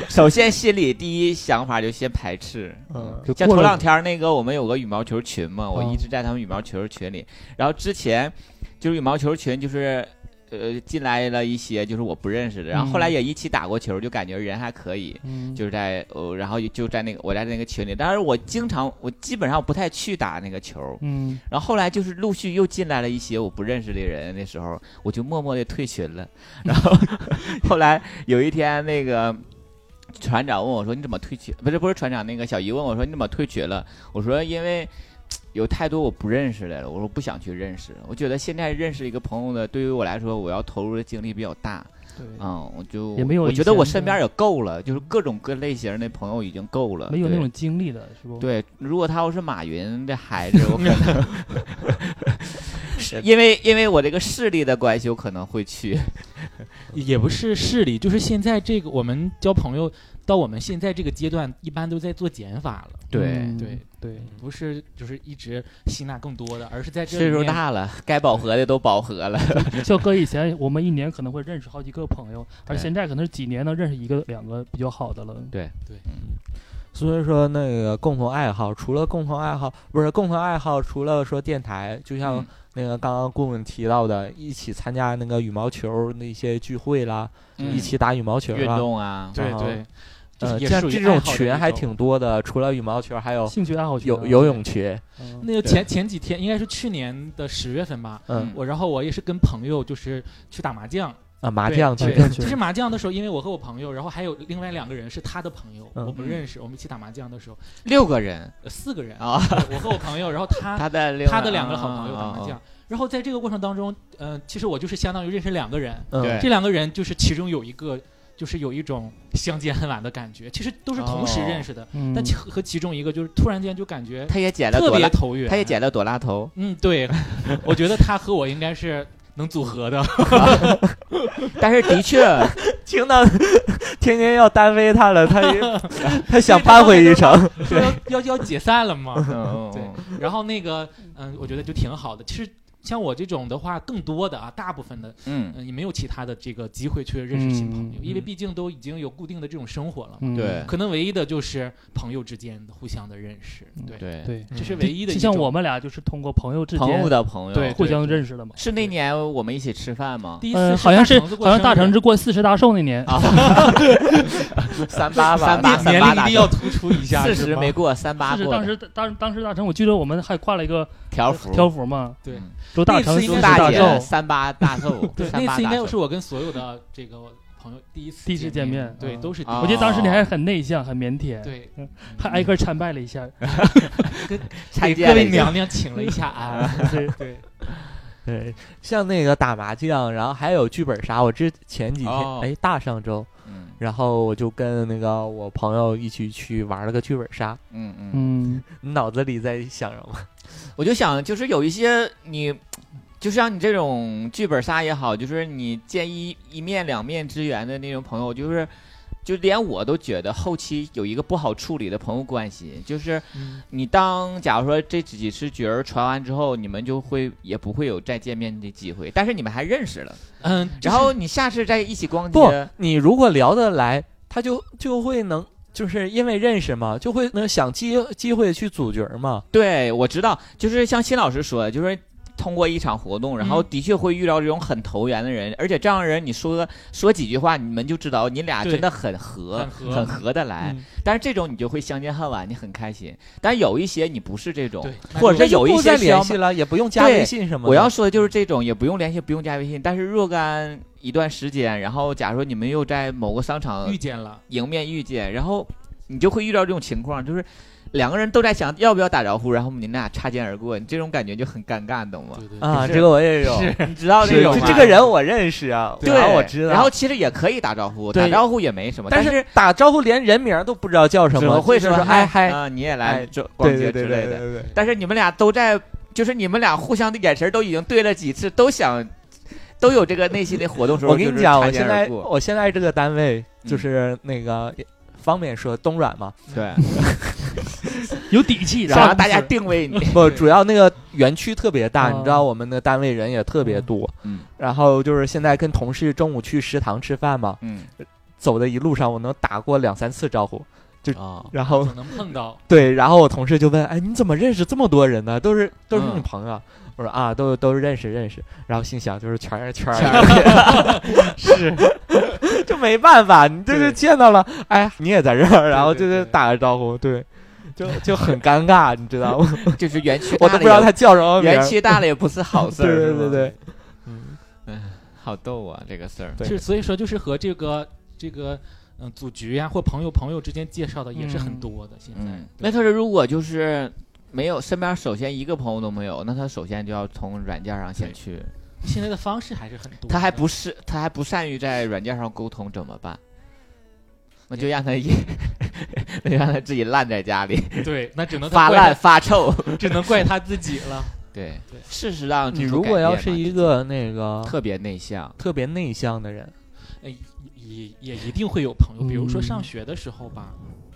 D: 首先心里第一 [LAUGHS] 想法就先排斥。
C: 嗯
F: 就
D: 像
F: 过
D: 头
F: 了
D: 两天儿那个，我们有个羽毛球群嘛，我
F: 嗯
D: 一直在他们羽毛球群里。然后之前就是羽毛球群，就是呃进来了一些就是我不认识的，然后后来
F: 嗯
D: 也一起打过球，就感觉人还可以。
F: 嗯
D: 就是在呃，然后就在那个我在那个群里，当然我经常我基本上不太去打那个球，
F: 嗯，
D: 然后后来就是陆续又进来了一些我不认识的人，那时候我就默默的退群了。然后后来有一天，那个船长问我说：“你怎么退群？”不是不是船长，那个小姨问我说：“你怎么退群了？”我说：“因为有太多我不认识的了，我说不想去认识。我觉得现在认识一个朋友的，对于我来说，我要投入的精力比较大。
E: 呃
D: 嗯，我就
F: 也没有
D: 我
F: 以
D: 觉得我
F: 前
D: 身
F: 那
D: 边也够了，就是各种各类型的朋友已经够了，
F: 没有
D: 呃对
F: 那种经历的是不？
D: 对，如果他要是马云的孩子，我可能是因为因为我这个视力的关系，我可能会去。
E: 也不是势力，就是现在这个我们交朋友到我们现在这个阶段，一般都在做减法了。
F: 嗯
E: 对对，不是就是一直吸纳更多的，而是在这
D: 岁
E: 里
D: 数
E: 面
D: 大了，该饱和的都饱和了。
F: 笑哥以前我们一年可能会认识好几个朋友，而
D: 对
F: 现在可能是几年能认识一个两个比较好的了。
C: 所以说，那个共同爱好，除了共同爱好，不是共同爱好，除了说电台，就像
D: 嗯
C: 那个刚刚顾问提到的，一起参加那个羽毛球那些聚会啦，
D: 嗯
C: 一起打羽毛球
D: 运
C: 啦，
D: 动啊，
E: 对
C: 然后
E: 对，就是
C: 呃，
E: 也
C: 像
E: 属于
C: 这
E: 爱
C: 种
E: 好的
C: 群
E: 一
C: 还
E: 种
C: 挺多的，除了羽毛球，还哦有
F: 兴趣爱好群啊
C: 游游，泳群，
F: 嗯
E: 那个前前几天应该是去年的十月份吧，
C: 嗯
E: 我然后我也是跟朋友就是去打麻将，
C: 啊，麻
E: 对
C: 将
E: 对
C: 群
F: 麻将
E: 其
F: 群
E: 实麻将的时候，因为我和我朋友，然后还有另外两个人是他的朋友，
C: 嗯
E: 我不认识，我们一起打麻将的时候，
D: 六个人
E: 呃四个人，
D: 啊，
E: 对我和我朋友，然后他
D: 他的另
E: 他
D: 外
E: 的两个好朋友打麻。
D: 啊啊
E: 将，然后在这个过程当中，嗯，其实我就是相当于认识两个人，
C: 嗯
D: 对
E: 这两个人就是其中有一个就是有一种相见恨晚的感觉，其实都是同时
D: 哦
E: 认识的，
F: 嗯
E: 但其和其中一个就是突然间就感觉
D: 他也剪了
E: 特
D: 朵
E: 别
D: 拉，
E: 投缘，
D: 他也剪了朵拉头。
E: 嗯，对，我觉得他和我应该是能组
D: [LAUGHS]
E: 合的。
D: 但是的
E: [LAUGHS]
D: 确，
C: 听到 [LAUGHS] 天天要单飞他 [LAUGHS] 了，他也他想扳回一城，
E: 说要要要解散了嘛。
D: 嗯
E: 对，然后那个，嗯，我觉得就挺好的。其实像我这种的话，更多的啊，大部分的，
D: 嗯，
E: 嗯，也没有其他的这个机会去认识新朋友，
F: 嗯
E: 因为毕竟都已经有固定的这种生活了嘛。
F: 嗯
D: 对
E: 可能唯一的就是朋友之间的互相的认识，对，
D: 对，
F: 嗯对，
E: 这是唯一的一
F: 就像
E: 种。
F: 我们俩就是通过朋友之
D: 朋友
F: 间
D: 的朋友，
E: 对
F: 互相认识的嘛。
D: 是那年我们一起吃饭吗？
E: 第一次
F: 呃，好像是
E: 大橙子过
F: 好像大
E: 生
F: 成
E: 日
F: 是过四十大寿那年，
D: 啊，三八吧，
E: 三八
D: 三
E: 年
D: 八
E: 龄一
D: 打
E: 定要突出一下，
D: 四
E: 是
D: 十
E: 吗
D: 没过，三八
F: 是
D: 过
F: 当
D: 的
F: 时当当时大成，我记得我们还挂了一个
D: 条幅
F: 条幅嘛，
E: 对
D: 嗯
F: 说大成
E: 那次
F: 四
E: 应该
F: 十
D: 大
E: 是大
D: 姐
F: 寿，
D: 三八大寿，
E: 对，
D: 三
E: 那
D: 八
E: 次应
D: 大
E: 该是
D: 寿。
E: 我跟所有的这个朋友第一次
F: 第一次见面
E: 对，
F: 啊
E: 都是第一
D: 啊
F: 我记得当时你还很内向，很腼腆，
E: 对，嗯
F: [LAUGHS] 还挨个参拜了一下。
D: 参
E: 给
D: 见
E: 各
D: 了
E: 位
D: 一下
E: [LAUGHS] 娘娘请了一下安，
F: 啊
D: [LAUGHS]
E: 对对，
C: [LAUGHS] 对，像那个打麻将，然后还有剧本杀。我之前几天，
D: 哦
C: 哎、大上周，
D: 嗯
C: 然后我就跟那个我朋友一起去玩了个剧本杀。
D: 嗯嗯，
F: 嗯，
C: 你脑子里在想什么？
D: 我就想，就是有一些你。就像你这种剧本杀也好，就是你见一一面两面之缘的那种朋友，就是就连我都觉得后期有一个不好处理的朋友关系，就是
E: 嗯
D: 你当假如说这几次角儿传完之后，你们就会也不会有再见面的机会，但是你们还认识了，
E: 嗯，
D: 然后你下次再一起逛
C: 不
D: 街，，
C: 你如果聊得来，他就就会能，就是因为认识嘛，就会能想机机会去组局儿嘛。
D: 对我知道，就是像辛老师说的，就是。通过一场活动，然后
E: 嗯
D: 的确会遇到这种很投缘的人，而且这样的人，你说说几句话，你们就知道你俩
E: 对
D: 真的很合，
E: 很合
D: 得来。
E: 嗯
D: 但是这种你就会相见恨晚，你很开心。但有一些你不是这种
E: 对，
D: 或者
C: 那
D: 是有一
C: 不
D: 些
C: 再
D: 需要
C: 联系了，也不用加
D: 对
C: 微信什么的。
D: 我要说的就是这种，也不用联系，不用加微信。但是若干一段时间，然后假如说你们又在某个商场
E: 遇见
F: 啊
E: 了，
D: 迎面遇见，然后你就会遇到这种情况，就是两个人都在想要不要打招呼，然后你们俩擦肩而过，你这种感觉就很尴尬，你懂吗？
E: 对对
C: 啊，
D: 是
C: 这个我也有，
D: 你知道
C: 这
D: 这种吗
C: 这个人我认识啊，
D: 对
C: 然后我知道，
D: 然后其实也可以打招呼，
C: 对
D: 打招呼也没什么，但
C: 但是打招呼连人名都不知道叫什
D: 怎
C: 么，
D: 么会
C: 就
D: 说
C: 是说哎嗨，
D: 啊，你也
C: 哎
D: 来这逛
C: 对
D: 街
C: 对
D: 之
C: 对
D: 类
C: 对
D: 的。
C: 对对。
D: 但是你们俩都在，就是你们俩互相的眼神都已经对了几次，都想，都有这个内心的活动时候，
C: 我跟
D: 就是
C: 你讲，
D: 擦
C: 我
D: 肩
C: 现
D: 而
C: 在
D: 过
C: 我现在这个单位就
D: 嗯
C: 是那个、方便说东软嘛，
D: [LAUGHS] 对，
F: 有底气的
D: 然后
F: 啊。
D: 大家定位 [LAUGHS] 你，
C: 不，主要那个园区特别大，
F: 哦
C: 你知道我们的单位人也特别多。
D: 嗯
C: 然后就是现在跟同事中午去食堂吃饭嘛，
D: 嗯
C: 走的一路上我能打过两三次招呼，
D: 啊，
C: 然
D: [LAUGHS]
C: 后
E: 总能碰到，
C: 对，然后我同事就问，哎，你怎么认识这么多人呢？都是都是
D: 嗯
C: 你朋友啊？我说啊，都都是认识认识。然后心想就是全是圈
D: 圈
C: 儿，是， [LAUGHS] 就没办法，你这是见到了，哎，你也在这儿，然后
E: 对
C: 就
E: 对
C: 是
E: 对
C: 打个招呼，对，就就很尴尬，你知道吗？
D: 就是园区，
C: 我都不知道他，叫什么名
D: 园
C: 儿。
D: 区大了也不是好 [LAUGHS] 事儿，
C: 对
D: 是吗
C: 对对，嗯，
D: 好逗啊，这个事儿，
C: 对
E: 是所以说就是和这个这个嗯组局呀、或朋友朋友之间介绍的也是很
F: 嗯
E: 多的，现在
D: 嗯，
E: 对
D: 那他是如果就是。没有，身边首先一个朋友都没有，那他首先就要从软件上先
E: 对
D: 去，
E: 现在的方式还是很多的，
D: 他还不是他还不善于在软件上沟通怎么办？那就让他一， [LAUGHS] 那就让他自己烂在家里，
E: 对，那只能
D: 发
E: 怪他
D: 烂，发臭。
E: 只能怪他自己了。
D: 对
E: 对，
D: 事实上这
C: 你
D: 种
C: 如果
D: 改变
C: 要
D: 嘛
C: 是一个那个
D: 特别内向，
C: 特别内向的人，
E: 哎，也也一定会有朋友，比如说
F: 嗯
E: 上学的时候吧，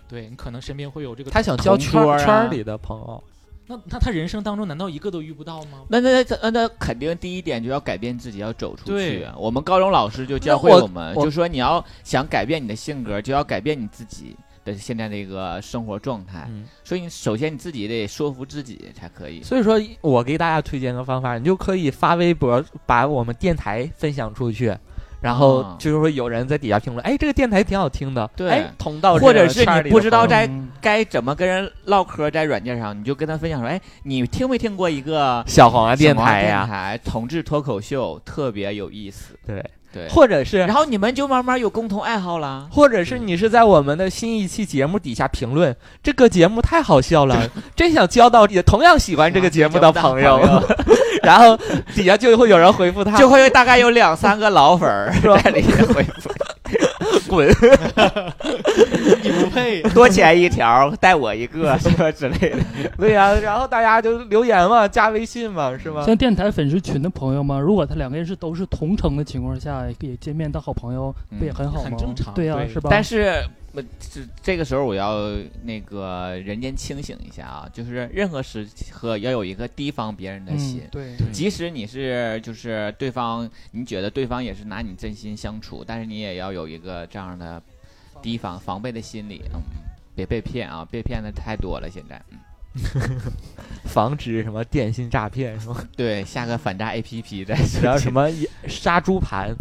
E: 对你可能身边会有这个，
C: 他想交
D: 同
C: 圈
D: 桌
C: 儿
D: 啊
C: 圈儿里的朋友，
E: 那那他人生当中难道一个都遇不到吗？ [LAUGHS]
D: 那那那那那肯定第一点就要改变自己，要走出去啊
E: 对。
D: 我们高中老师就教会
C: 那我
D: 我们，
C: 我
D: 就说你要想改变你的性格，就要改变你自己的现在的一个生活状态。
C: 嗯。
D: 所以你首先你自己得说服自己才可以。
C: 所以说我给大家推荐个方法，你就可以发微博把我们电台分享出去，然后
D: 啊
C: 就是说有人在底下评论，哎，这个电台挺好听的，
D: 对
C: 哎，同道
D: 或者是你不知道
C: 在
D: 在
F: 嗯
D: 该怎么跟人唠嗑，在软件上，你就跟他分享说：“哎，你听没听过一个
C: 小黄啊电台
D: 呀、
C: 呀、
D: 台同志脱口秀，特别有意思。
C: 对，”
D: 对，
C: 或者是
D: 然后你们就慢慢有共同爱好啦。
C: 或者是你是在我们的新一期节目底下评论，这个节目太好笑了，真想交到也同样喜欢这个节目的朋
D: 啊
C: 友， [LAUGHS] 然后底下就会有人回复他，
D: 就会大概有两三个老粉
F: [LAUGHS]
D: 儿在里面回复，
C: 滚，
E: 你不配，
D: 多钱一条，带我一
F: [LAUGHS]
D: 个什么之类的。
C: 对呀、然后大家就留言嘛，加微信嘛，是吗？
F: 像电台粉丝群的朋友嘛，如果他两个人是都是同城的情况下，也见面当好朋友，不也
D: 嗯
F: 很好吗？
E: 很正常
F: 对呀、
E: 对
F: 是吧？
D: 但是，呃这这个时候我要那个人间清醒一下啊，就是任何时刻要有一个提防别人的心
F: 嗯，。对，
D: 即使你是就是对方，你觉得对方也是拿你真心相处，但是你也要有一个这样的提防防备的心理，嗯，别被骗啊，被骗的太多了现在。嗯，
C: 防止什么电信诈骗是吗？
D: 对，下个反诈 APP 再
C: 然
D: 说
C: 后什么杀猪盘，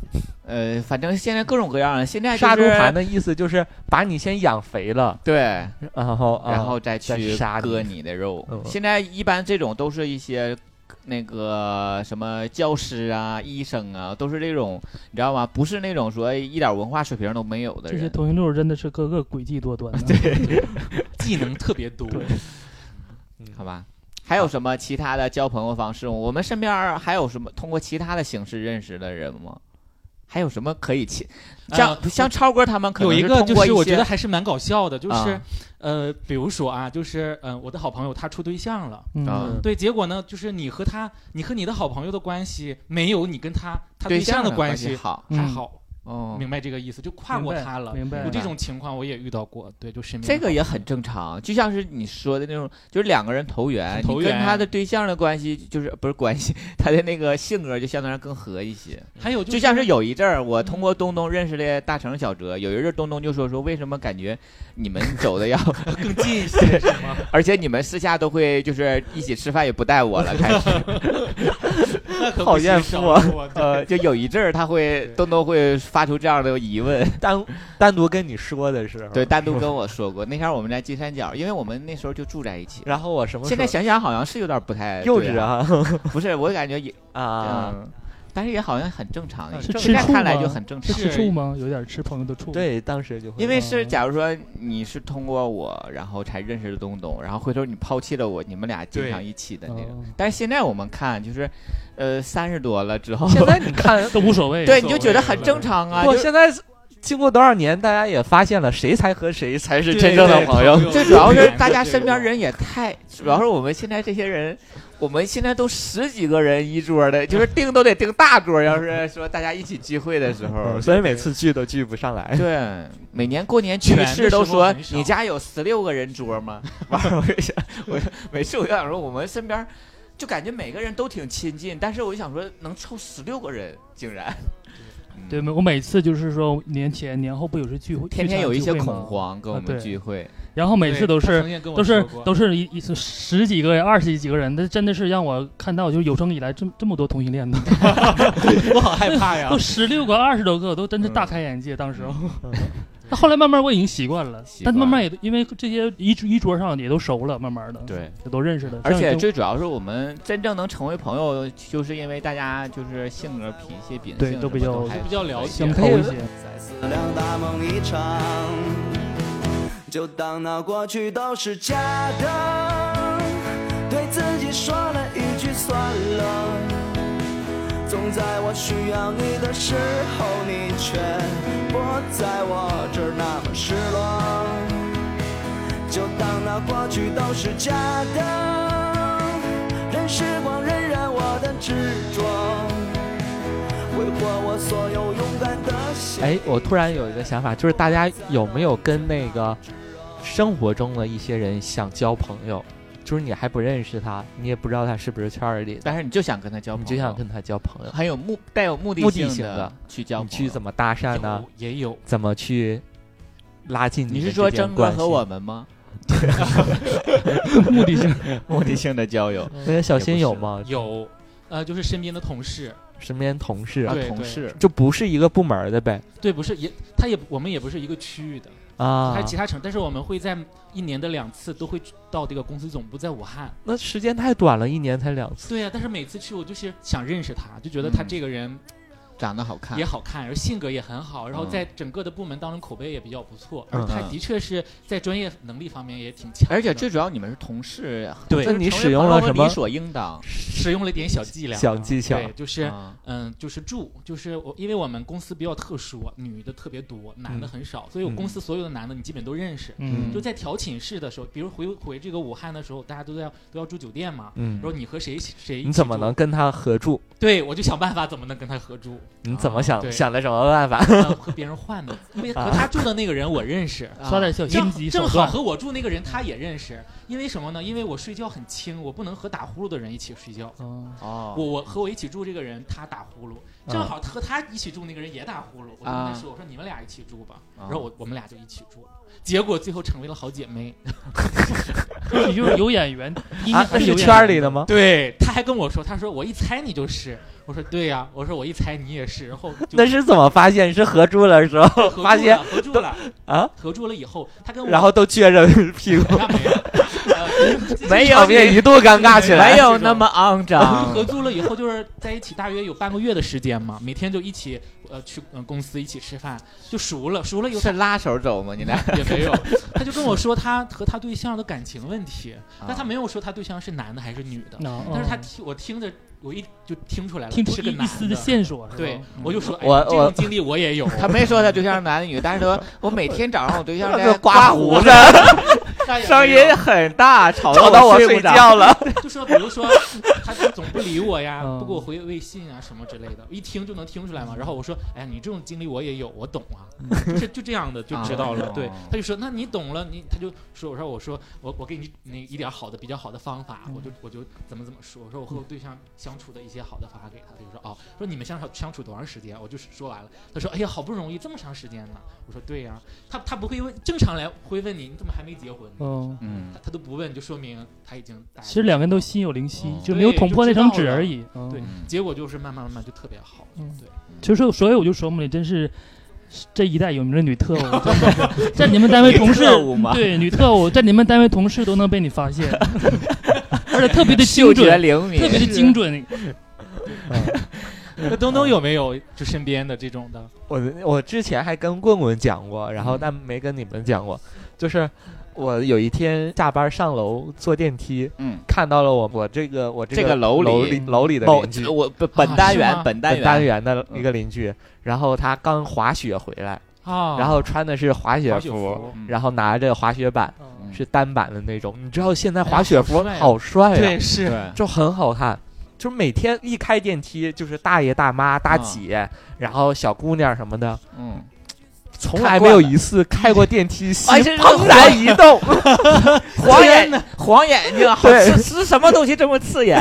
D: 呃，反正现在各种各样的，现在、就是、
C: 杀猪盘的意思就是把你先养肥 [LAUGHS] 了，
D: 对，
C: 然后啊
D: 然后再
C: 再
D: 去
C: 杀
D: 割
C: 你
D: 你的肉
C: 嗯。
D: 现在一般这种都是一些那个什么教师啊、医生啊，都是这种，你知道吗？不是那种说一点文化水平都没有的
F: 这些
D: 人。
F: 通讯录真的是各个诡计多端。啊对，
E: [LAUGHS] 技能特别多，
D: 好吧。还有什么其他的交朋友方式吗？我们身边儿还有什么通过其他的形式认识的人吗？还有什么可以请？
E: 呃
D: 像、像超哥他们可
E: 有
D: 能
E: 一个
D: 通
E: 就
D: 过
E: 是
D: 一
E: 我觉
D: 些
E: 得还是蛮搞笑的，就是、
D: 啊
E: 呃，比如说啊，就是嗯、呃我的好朋友他处对象了。
D: 啊
F: 嗯，
E: 对，结果呢，就是你和他，你和你的好朋友的关系没有你跟他他
D: 对
E: 象
D: 的
E: 关
D: 系好
E: 还
F: 嗯
E: 好，
D: 哦。
E: 明白这个意思，就跨过
F: 明白
E: 他了。
F: 明白
E: 有
F: 了
E: 这种情况我也遇到过，对，就身边
D: 这
E: 的
D: 个
E: 好
D: 也
E: 朋
D: 很
E: 友
D: 正常，就像是你说的那种，就是两个人投缘，
E: 投
D: 你跟
E: 缘
D: 他的对象的关系就是不是关系，他的那个性格就相对上更合一些。
E: 还有
D: 就像
E: [LAUGHS]
D: 是有一阵儿，我通过东东认识了大成、小哲。有一阵儿，东东就说说为什么感觉你们走的要 [LAUGHS] 更近一些， [LAUGHS] 而且你们私下都会就是一起吃饭也不带我了，开始。
C: 讨厌死我！
D: [LAUGHS] 呃，就有一阵儿他会东东会发出这样的疑问，
C: [LAUGHS] 单单独跟你说的时候，
D: 对，，单独跟我说过。那天我们在金山脚，因为我们那时候就住在一起。
C: 然后我什么时
D: 现
C: 候
D: 在想想好像是有点不太
C: 幼
D: 对
C: 稚
D: 啊，
C: 啊
D: 不是我感觉也
C: [LAUGHS] 啊，
D: 嗯，但是也好像很正常，
F: 是
D: 现
F: 吃
D: 在
F: 醋
D: 看来
F: 吗
D: 就很正
F: 是
D: 常。
F: 吃醋吗？有点吃朋友的醋。，
C: 对，当时就会
D: 因为是，假如说你是通过我，然后才认识的东东，然后回头你抛弃了我，你们俩经常一起的那种。 [LAUGHS]
F: 哦
D: 但是现在我们看，就是，呃，三十多了之后，
C: 现在你看，
F: [LAUGHS] 都无所谓。
D: 对你就觉得很正常啊。
C: 不，
D: 就
C: 现在经过多少年，大家也发现了谁才和谁才是真正的朋友。
E: 友
D: 最主要是大家身边人也太，主要是我们现在这些人，我们现在都十几个人一桌的，就是订都得订大桌。要是说大家一起聚会的时候
C: 嗯，所以每次聚都聚不上
D: 哎
C: 来。
D: 对，每年过年去
E: 全的
D: 世都
E: 时候
D: 说
E: 很少
D: 你家有十六个人桌 [LAUGHS] 吗？完了，我就想，我每次我就想说，我们身边就感觉每个人都挺亲近，但是我就想说，能凑十六个人，竟然嗯
F: 对，我每次就是说年前年后不有时聚会，
D: 天天
F: 聚餐
D: 有一些
F: 聚会吗
D: 恐，慌跟我们聚会，
F: 然后每次都是。都是
E: 是
F: 都是一一十几个人、二十几个人，那真的是让我看到，就是有生以来这这么多同性恋的，
E: 我好害怕呀
F: 都！十六个、二十多个，都真是大开眼界。当时， [LAUGHS] 那后来慢慢我已经习惯了，
D: 习惯
F: 但慢慢也因为这些一桌一桌上也都熟了，慢慢的，
D: 对。
F: 也都认识了。
D: 而
F: 这
D: 且
F: 样就
D: 最主要是我们真正能成为朋友，就是因为大家就是性格、脾气、秉
F: 对
D: 性
F: 都比
D: 什么
F: 较
D: 还
E: 比较了解
F: 相投一些，
A: 再思量大梦一场，就当那过去都是假的，对自己说了一句算了。总在我需要你的时候，你却不在我这儿那么失落。就当那过去都是假的，任时光荏苒我的执着，挥霍我所有勇敢的
C: [LAUGHS]
A: 心。
C: 哎，我突然有一个想法，就是大家有没有跟那个生活中的一些人想交朋友，就是你还不认识他，你也不知道他是不是圈儿里的，
D: 但是你就想跟他交
C: 你
D: 朋友，
C: 就想跟他交朋友，
D: 很有目带有目
C: 目的
D: 性
C: 性
D: 的
C: 的
D: 去交
C: 你
D: 朋
C: 去
D: 友。
C: 怎么搭讪呢？
E: 有也有，
C: 怎么去拉近
D: 你
C: 们
D: 是说
C: 之间
D: 征哥
C: 关
D: 和
C: 系
D: 我们吗？
F: 目的性
D: 目的性的交 [LAUGHS] 友，
C: 那个小
D: 也不
C: 新有
D: 是
C: 吗？
E: 有，呃，就是身边的同事，
C: 啊身边同事
D: 啊
C: 啊
E: 对
D: 同事
C: 就不是一个部门的呗
E: 对，不是也，他也我们也不是一个区域的，
C: 啊
E: 他是？其他城，但是我们会在一年的两次都会去到这个公司总部，在武汉。
C: 那时间太短了，一年才两次。
E: 对啊呀、但是每次去我就是想认识他，就觉得他
D: 嗯
E: 这个人
D: 长得好看
E: 也，好看，而性格也很好，然后
D: 嗯
E: 在整个的部门当中口碑也比较不错，
C: 嗯
E: 而他
D: 嗯
E: 的确是在专业能力方面也挺强的，
D: 而且最主要你们是同事，
E: 对
D: 就是
C: 那你
D: 成为
C: 使用
D: 朋
C: 了
D: 友
C: 什么
D: 理所应当，
E: 使用了一点小伎俩，
C: 小技巧
E: 对，就是。
D: 啊
E: 嗯，就是住，就是我，因为我们公司比较特殊，啊女的特别多，
C: 嗯
E: 男的很少，所以我公司所有的男的你基本都认识。
F: 嗯
E: 就在调寝室的时候，比如回回这个武汉的时候，大家都要都要住酒店嘛，
C: 嗯
E: 然，后你和谁谁一起
C: 你怎么
E: 住
C: 能？跟他合住？
E: 对我就想办法怎么能跟他合住，
C: 你怎么
E: 啊
C: 想
E: 对
C: 想啊的什么办法？
E: 呃和别人换
C: [LAUGHS]
E: 的，因为和他住的那个人我认识，
F: 耍点小
C: 呃
E: 正
F: 心
E: 好
F: 机
E: 正
F: 手
E: 好
F: 段，
E: 和我住那个人他也认识，因为什么呢？因为我睡觉很轻，我不能和打呼噜的人一起睡觉。
F: 嗯
E: 我
D: 哦，
E: 我和我一起住这个人他打呼噜，
C: 啊
E: 正好和他一起住那个人也打呼噜，我就跟他说：“我说你们俩一起住吧。”
D: 啊
E: 然后我我们俩就一起住了，结果最后成为了好姐
C: [LAUGHS]
E: 妹。
F: 你就是有眼缘，一
C: 啊，那
F: 还
C: 是
F: 有眼
C: 圈儿
F: 缘
C: 里的吗？
E: 对，他还跟我说：“他说我一猜你就是。”我说：“对呀、我说我一猜你也是。”然后就
C: 那是怎么发现？是合住了是吧？
E: 合住了
C: 发现
E: 合住了
C: 啊，
E: 合住了以后，他跟我
C: 然后都撅着屁股，
E: 那没 [LAUGHS] 有，呃
D: 没有
C: 场面一度尴尬起来。
D: 没有那么肮
E: [LAUGHS]
D: 脏
E: 合租了以后就是在一起，大约有半个月的时间嘛，每天就一起呃呃去嗯、公司一起吃饭，就熟了，熟了以后
D: [LAUGHS] 是拉手走吗？你俩
E: [LAUGHS] 也没有，他就跟我说他和他对象的感情问题，但他
D: 啊
E: 没有说他对象是男的还是女的，
F: 啊
E: 但是他
F: 嗯
E: 听我听着，我一就听出来了，
F: 听
E: 是
F: 出
E: 个
F: 一
E: 男
F: 一丝的线索，是吧
E: 对
F: 嗯，
E: 我就说，哎
C: 我
E: 这
C: 我
E: 种经历我也有，
D: [LAUGHS] 他没说他对象是男的女的，但是说我每天早上我
C: [LAUGHS]
D: 对象在
C: 刮胡
D: 子，声音很大，吵
C: 吵到
D: 我
C: 我
D: 不
C: 睡
D: 着。
C: 觉了。
E: 就说比如说他他总不理我呀，
F: 嗯
E: 不给我回微信啊什么之类的，一听就能听出来嘛。然后我说，哎，你这种经历我也有，我懂啊，
F: 嗯
E: 就就这样的就知道了
D: 哦。
E: 对，他就说，那你懂了，你他就说，我说我说我我给你那一点好的比较好的方
F: 嗯
E: 法，我就我就怎么怎么说，我说我和我对象相处的一些好的方法给他，他就说哦，说你们相处相处多长时间？我就是说完了，他说哎呀，好不容易这么长时间呢，我说对呀、他他不会问，正常来会问你你怎么还没结婚呢？
F: 嗯，
D: 嗯
E: 他，他都不问，就说明他已经大家
F: 其实两个人都心有灵犀
D: 嗯，
F: 就没有
E: 对
F: 捅
E: 就
F: 破那
E: 知
F: 层
E: 道
F: 纸
E: 了
F: 而已。嗯
E: 对结果就是慢慢慢慢就特别好，
F: 嗯
E: 对，
F: 其实，所以我就说嘛，你真是这一代有名的女
E: [LAUGHS]
F: 特务，真的是在你们单位同事
D: 女特务
E: 啊
D: 嘛
F: 对女特务，在你们单位同事都能被你发现， [LAUGHS] 而且特别的精
D: 嗅觉
F: 准，
D: 灵敏
F: 特，别的精准。
E: 那东东有没有就身边的这种的？
C: 我我之前还跟棍棍讲过，然
D: 嗯
C: 后但没跟你们讲过，就是我有一天下班上楼坐电梯，
D: 嗯，
C: 看到了我我这个我这
D: 这个
C: 个
D: 楼里
C: 楼里楼里的
D: 某
C: 邻居，
D: 呃我本本单
E: 是
D: 元
E: 吗
D: 本单
C: 本
D: 元嗯
C: 单元的一个邻居，然后他刚滑雪回来，
D: 哦
E: 啊，
C: 然后穿的是滑雪
E: 滑雪服
D: 嗯
C: 然后拿着滑雪板，
D: 嗯
C: 是单板的那种。你知道现在滑雪服
E: 哎呀
C: 好啊帅呀、
E: 对是
D: 啊对
C: 就很好看。就是每天一开电梯，就是大爷大妈、大姐，然后小姑娘什么的，
D: 嗯，
C: 从来没有一次开过电梯心
D: 哎这是
C: 怦然一动。 [LAUGHS]
D: 黄眼黄眼睛，好
C: 对
D: 吃吃什么东西这么刺
C: [LAUGHS]
D: 眼？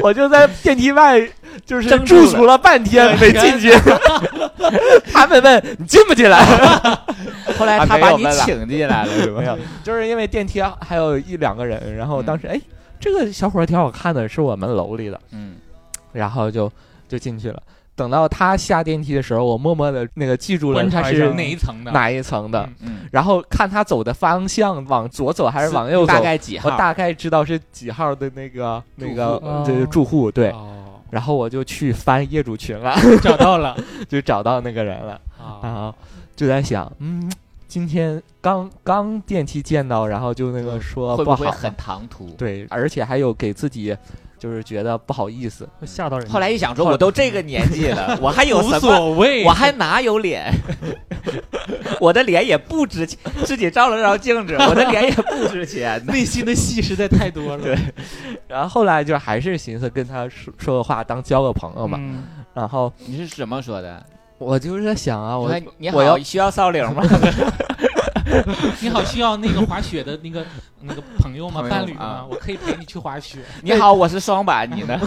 C: 我就在电梯外就是
D: 怔住
C: 驻足了半天没进去。 [LAUGHS] 他们问你进不进来，
D: 后来他
C: 啊没
D: 把
C: 有
D: 你
C: 问了
D: 请进来了是吧
C: 没？有，就是因为电梯还有一两个人，然后当时哎，这个小伙儿挺好看的，是我们楼里的。
D: 嗯
C: 然后就就进去了。等到他下电梯的时候，我默默的那个记住了
E: 观
C: 他
E: 察一
C: 是
E: 下哪一层的？
C: 哪一层的
E: 嗯，
D: 嗯，
C: 然后看他走的方向，往左走还是往右走
D: 大，概几
C: 我
D: 号？
C: 大概知道是几号的那个那个
F: 户
C: 就是
F: 哦
C: 住户对。
E: 哦，
C: 然后我就去翻业主群了，
E: 找到了
C: [LAUGHS] 就找到那个人了，然
E: 啊，
C: 后就在想，嗯，今天刚刚电梯见到，然后就那个说
D: 会
C: 不
D: 不会
C: 好，
D: 很唐突？
C: 对，而且还有给自己就是觉得不好意思，
F: 会吓到人。
D: 后来一想说，我都这个年纪了，我还有
E: 无
D: 什么？
E: 所谓，
D: 我还哪有脸？ [LAUGHS] 我的脸也不值钱，自己照了照镜子，我的脸也不值钱呢。
E: 内心的戏实在太多了。
D: [LAUGHS] 对
C: 然后后来就还是寻思跟他说说个话，当交个朋友嘛。
F: 嗯，
C: 然后
D: 你是怎么说的？
C: 我就是在想啊，
D: 我
C: 我
D: 说你
C: 我
D: 好，
C: 要
D: 需要少领
C: [LAUGHS]
D: 吗？
E: 你好，需要那个滑雪的那个那个朋友吗？
D: 朋友
E: 伴侣
D: 啊
E: 吗？我可以陪你去滑雪，
D: 你好，我是双板，你呢？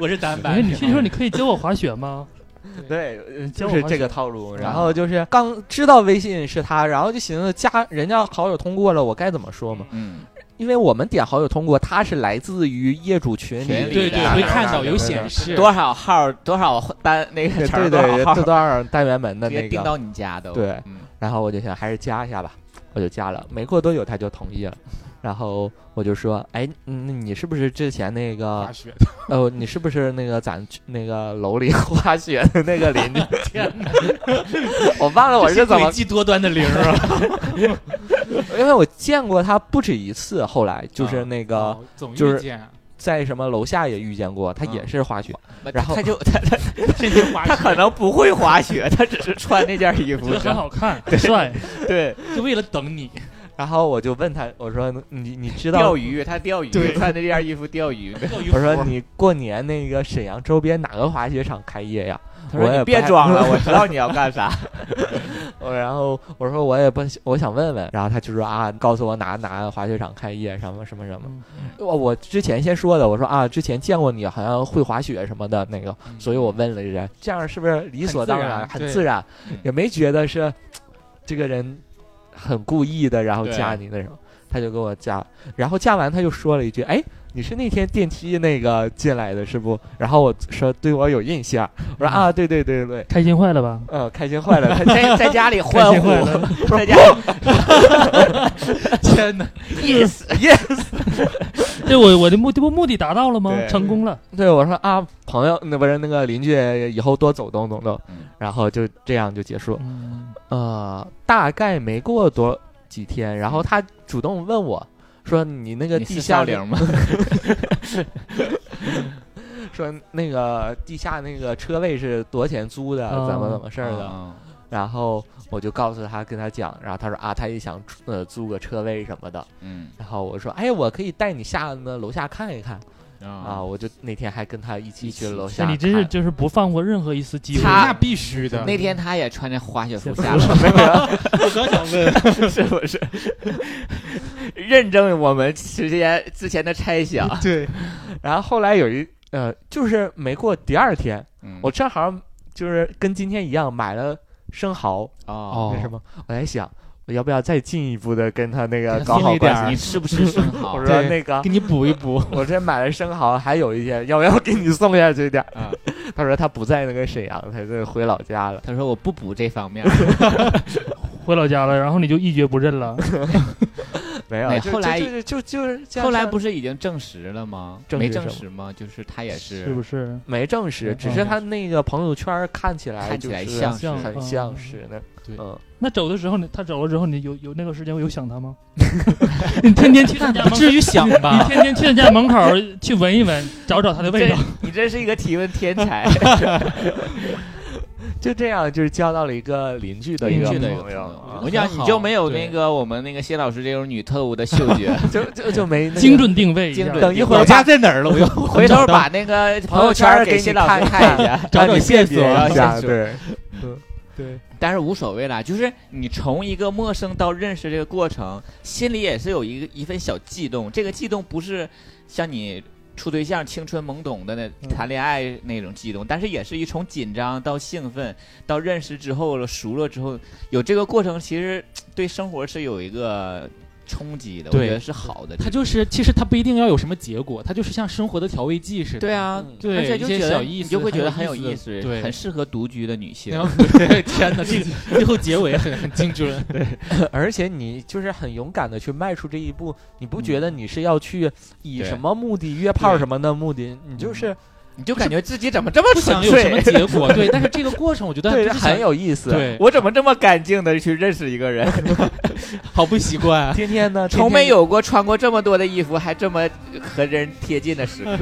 E: 我是单
F: 哎，
E: 板。
F: 你是说你可以教我滑雪吗？
C: [LAUGHS]
D: [LAUGHS]
C: 对，呃就
F: 交往
C: 是
F: 关
C: 这
F: 系
C: 个套
D: 嗯
C: 路。然后就是刚知道微信是他，然后就寻思加人家好友通过了，我该怎么说嘛？
D: 嗯，
C: 因为我们点好友通过，他是来自于业主群
D: 群
C: 里，
D: 里
E: 对对，会看到有显示。
D: 多少号多少单那个
C: 对
D: 词儿
C: 对
D: 多少
C: 对，
D: 号
C: 这，多少单元门的
D: 直
C: 那
D: 接钉
C: 个。
D: 到你家都。
C: 对
D: 嗯，
C: 然后我就想还是加一下吧，我就加了。没过多久他就同意了，然后我就说，哎，嗯你是不是之前那个
E: 滑雪，
C: 呃，你是不是那个咱去那个楼里 [LAUGHS] 滑雪的那个邻居？ [LAUGHS]
E: 天哪，
C: 我忘了我是怎么
E: [LAUGHS] 诡，计多端的灵儿啊！
C: 因为我见过他不止一次。后来
D: 啊
C: 就是那个
E: 哦总
C: 就是
E: 遇见，
C: 在什么楼下也遇见过，
D: 嗯
C: 他也是滑雪。然后
D: 他就他他
E: 甚至滑
D: [LAUGHS] 他可能不会滑 [LAUGHS] 雪，他只是穿那件衣服 [LAUGHS]
F: 觉。得很好看，很帅。
D: 对，
E: 就为了等你，
C: 然后我就问他，我说你你知道
D: 钓？鱼，他钓鱼，
E: 对
D: 穿着这件衣服钓 [LAUGHS] 鱼。
E: 钓鱼
C: 我
E: [LAUGHS]
C: 说
E: 服
C: 你过年那个沈阳周边哪个滑雪场开业呀？
D: 他
C: 我
D: 说你
C: 也不
D: 别
C: 太 [LAUGHS]
D: 装了，我知道你要干啥。
C: 我然后我说我也不，我想问问，然后他就说啊，告诉我哪哪个滑雪场开业，什么什么什
D: 嗯
C: 么。我我之前先说的，我说啊，之前见过你好像会滑雪什么的那个，
E: 嗯
C: 所以我问了一下，这样是不是理所当然，
E: 很自然
C: 很自然，
D: 对
C: 也没觉得是这个人很故意的，然后
D: 对
C: 加你那种。他就给我加，然后加完他就说了一句：“哎，你是那天电梯那个进来的是不？”然后我说：“对我有印象。”我说：“啊，对对对对，
F: 开心坏了吧？
C: 呃，开心坏了。”他
D: [LAUGHS] 在在家里欢
F: 开心坏
D: 呼， [LAUGHS] 在家
E: 天哪，
D: yes [LAUGHS]
F: 对我我的目的不目的达到了吗
D: 对？
F: 成功了。
C: 对，我说啊，朋友，那不是那个邻居，以后多走动走动
D: 嗯，
C: 然后就这样就结束。
F: 嗯，
C: 呃，大概没过多几天，然后他主动问我说：“你那个
D: 嗯你
C: 地
D: 是
C: 下
D: 笑
C: 那
D: 玲吗？
C: 说那个地下那个车位是多少钱租的，
F: 哦
C: 怎么怎么事儿的。
D: 嗯
C: 然后我就告诉他，跟他讲，然后他说啊，他也想呃租个车位什么的。
D: 嗯
C: 然后我说，哎，我可以带你下那楼下看一看啊。
D: 啊，
C: 我就那天还跟他一起
D: 一起
C: 去楼
D: 去
C: 下看，
F: 哎你真是就是不放过任何一丝机会。
D: 他
E: 那必须的。
D: 那天他也穿着滑雪服 [LAUGHS]
F: 是
D: 下楼，
E: [LAUGHS] 我刚想问，
D: 是不是？ [LAUGHS] 认证我们之前之前的猜想。
E: 对，
C: 然后后来有一呃，就是没过第二天，
D: 嗯
C: 我正好就是跟今天一样买了生蚝，
D: 哦，
C: 那什么，我在想我要不要再进一步的跟他那个
E: 跟他
C: 搞
E: 心
C: 好
E: 里
C: 关
E: 点儿？
D: 你
C: 系。
D: 是不是生 [LAUGHS] 蚝
C: 我说
E: 对
C: 那个，
E: 给你补一补。
C: 我这买了生蚝，还有一些，要不要给你送下去
D: [LAUGHS]
C: 点儿？
D: 啊
C: 他说他不在那个沈阳，他就回老家了。
D: [LAUGHS] 他说我不补这方 [LAUGHS] 面。
F: 回老家了，然后你就一蹶不振了。
C: 没有，
D: 哎
C: 就
D: 后来
C: 就就就就是加上
D: 后来不是已经证实了吗？
C: 证
D: 没
C: 实
D: 证
C: 什么
D: 实吗？就是他也是，
F: 是不是？
C: 没证实，
F: 嗯
C: 只是他那个朋友圈看起来
D: 看起
C: 就
D: 来
C: 是
D: 像是
F: 像
C: 很
F: 嗯
C: 像是那
E: 对
C: 嗯，
F: 那走的时候，你他走了之后，你有有那个时间有想他 [LAUGHS] 吗？你天天去他家门口，
E: 于想
F: 你？天天去他家门口去闻一闻，找找他的味道。
D: 你真是一个提问天 [LAUGHS] 才。
C: 就这样就是交到了一个邻居的一个
F: 邻居的
D: 一个
C: 朋友啊
D: 我想
E: 很
D: 你
E: 好
D: 就没有
E: 对
D: 那个我们那个谢老师这种女特务的嗅 [LAUGHS] 觉，
C: 就就就没那个
F: 精。准定位一下，
D: 精准。
C: 等一会儿
D: 我
E: 我
D: 家
E: 家在哪儿了？我又
D: 回头把那个朋友圈给谢老师看一下，
C: 让
D: [LAUGHS] 找
C: 你
D: 线
C: 辨
D: 索
C: 别
D: 啊，
C: 一
D: 线
C: 下，
D: 索。
C: 对，
E: 对，
D: 但是无所谓啦，就是你从一个陌生到认识这个过程，心里也是有一个一份小悸动。这个悸动不是像你处对象青春懵懂的那谈恋爱那种悸动，但是也是一从紧张到兴奋，到认识之后了熟了之后，有这个过程，其实嘖对生活是有一个冲击的，我
E: 对
D: 觉得是好的。
E: 他就是，其实他不一定要有什么结果，他就是像生活的调味剂似的。
D: 对啊。
C: 嗯
E: 对，
D: 而且就
E: 一
D: 觉
E: 些
D: 得
E: 小
D: 你
E: 意思，
D: 就会觉得很
E: 很
D: 有意
E: 意
D: 思，
E: 对，
D: 很适合独居的女性
E: 然。后对 [LAUGHS] 天哪，这个最后结尾很很精准，
C: 而且你就是很勇敢的去迈出这一步，你不觉得你是要去
D: 嗯
C: 以
D: 对嗯
C: 什么目的约炮
E: 对
C: 什么的目的，你就是
D: 你就感觉自己怎么这么
E: [LAUGHS] 不
D: 纯
E: 想有什
D: 粹
E: 么？结果。对，但是这个过程我觉得
C: 对
E: 就是想
C: 很有意思。
E: 对
D: [LAUGHS] 我怎么这么干净的去认识一个 [LAUGHS] 人？
E: 好不习
C: [LAUGHS]
E: 惯啊。
C: 今天
D: [LAUGHS]
C: 呢，
D: 从
C: 今天
D: 没有过穿过这么多的衣服，还这么和人贴近的时刻。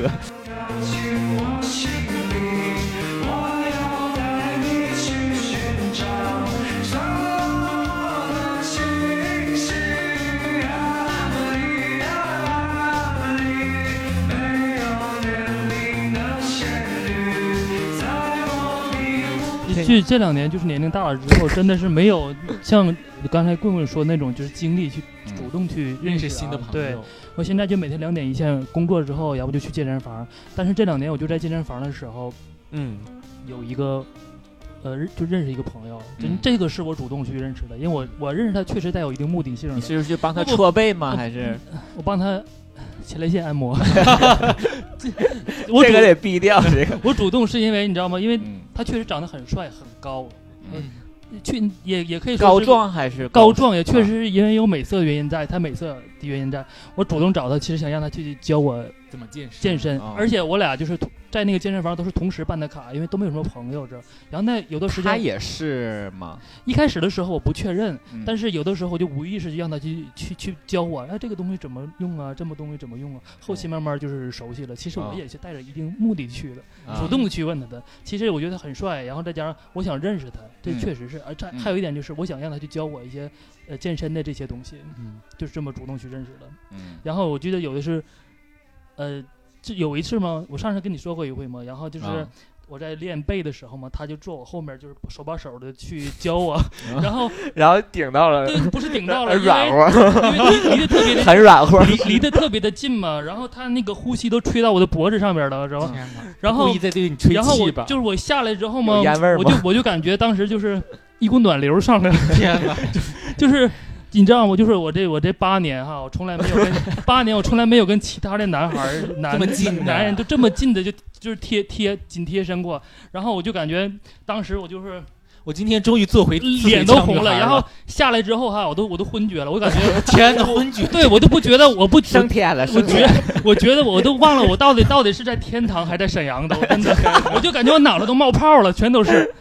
F: 这这两年就是年龄大了之后，真的是没有像刚才棍棍说那种，就是精力去主动去
E: 认识
F: 啊
E: 新的朋友，
F: 对，我现在就每天两点一线，工作之后，要不就去健身房。但是这两年我就在健身房的时候，
D: [LAUGHS]
C: 嗯，
F: 有一个，呃，认就认识一个朋友，真
D: 嗯
F: 这个是我主动去认识的，因为我我认识他确实带有一定目的性
D: [LAUGHS] 你
F: 的。
D: 是去帮 [LAUGHS] 他搓背吗？
F: 我
D: 还是
F: 我帮他前列腺
D: [LAUGHS]
F: 按摩，这我
D: 这
F: 主
D: 个得毙掉这 [LAUGHS] 个？
F: 我主动是因为你知道吗？因为
D: 嗯
F: 他确实长得很帅很高，
D: 嗯，
F: 去也也可以说
D: 高
F: 是
D: 壮啊还是
F: 高？壮也确实是因为有美色的原因在，他美色的原因在。我主动找他，其实想让他去教我
E: 怎么健身？
F: 健身，
D: 哦
F: 而且我俩就是同在那个健身房都是同时办的卡，因为都没有什么朋友这。然后那有的时
D: 他
F: 间，
D: 也是吗？
F: 一开始的时候我不确认，
D: 嗯
F: 但是有的时候我就无意识就让他去去去教我，哎，这个东西怎么用啊，这么东西怎么用啊。后期慢慢就是熟悉了。其实
D: 哦
F: 我也是带着一定目的去的，
D: 啊
F: 主动的去问他的。其实我觉得很帅，然后再加上我想认识他，这
D: 嗯
F: 确实是。而这
D: 嗯
F: 还有一点就是，我想让他去教我一些呃健身的这些东西，
E: 嗯，
F: 就是这么主动去认识的。
D: 嗯
F: 然后我记得有的是，呃，这有一次吗？我上次跟你说过一回吗？然后就是
D: 啊
F: 我在练背的时候嘛，他就坐我后面，就是手把手的去
C: [LAUGHS]
F: 教我，然后
C: 然后顶到了
F: 对，不是顶
C: [LAUGHS]
F: 到了，因
C: 软
F: 为
C: 和，
F: 因为离离得特别的。
C: 很软和。
F: 离离得特别的近嘛，然后他那个呼吸都吹到我的脖子上边了，然
C: 嗯
F: 后
E: 天哪
F: 然后
E: 故意在对你吹
F: 然后我
E: 气吧？
F: 就是 [LAUGHS] 我下来之后嘛，
C: 有烟味儿
F: 我
C: 吗 [LAUGHS]
F: 就我就感觉当时就是一股暖流上来了，
E: 天哪，
F: 就是你知道吗？就是我这我这八年哈，我从来没有
E: [LAUGHS]
F: 跟八年我从来没有跟其他的男孩儿男
E: 这么近的
F: 男人都这么近的就就是贴贴紧贴身过，然后我就感觉当时我就是
E: 我今天终于做回
F: 脸都红
E: 了，
F: 了，然后下来之后哈，我都我都昏厥了，我感觉
E: 天哪，昏厥，
F: 对我都不觉得我不
D: 升天了，
F: [LAUGHS] 我
D: 升
F: 觉
D: 天了。
F: 我觉得我都忘了我到底到底是在天堂还是在沈阳的，我真的，我就感觉我脑袋都冒泡了， [LAUGHS] 全都是。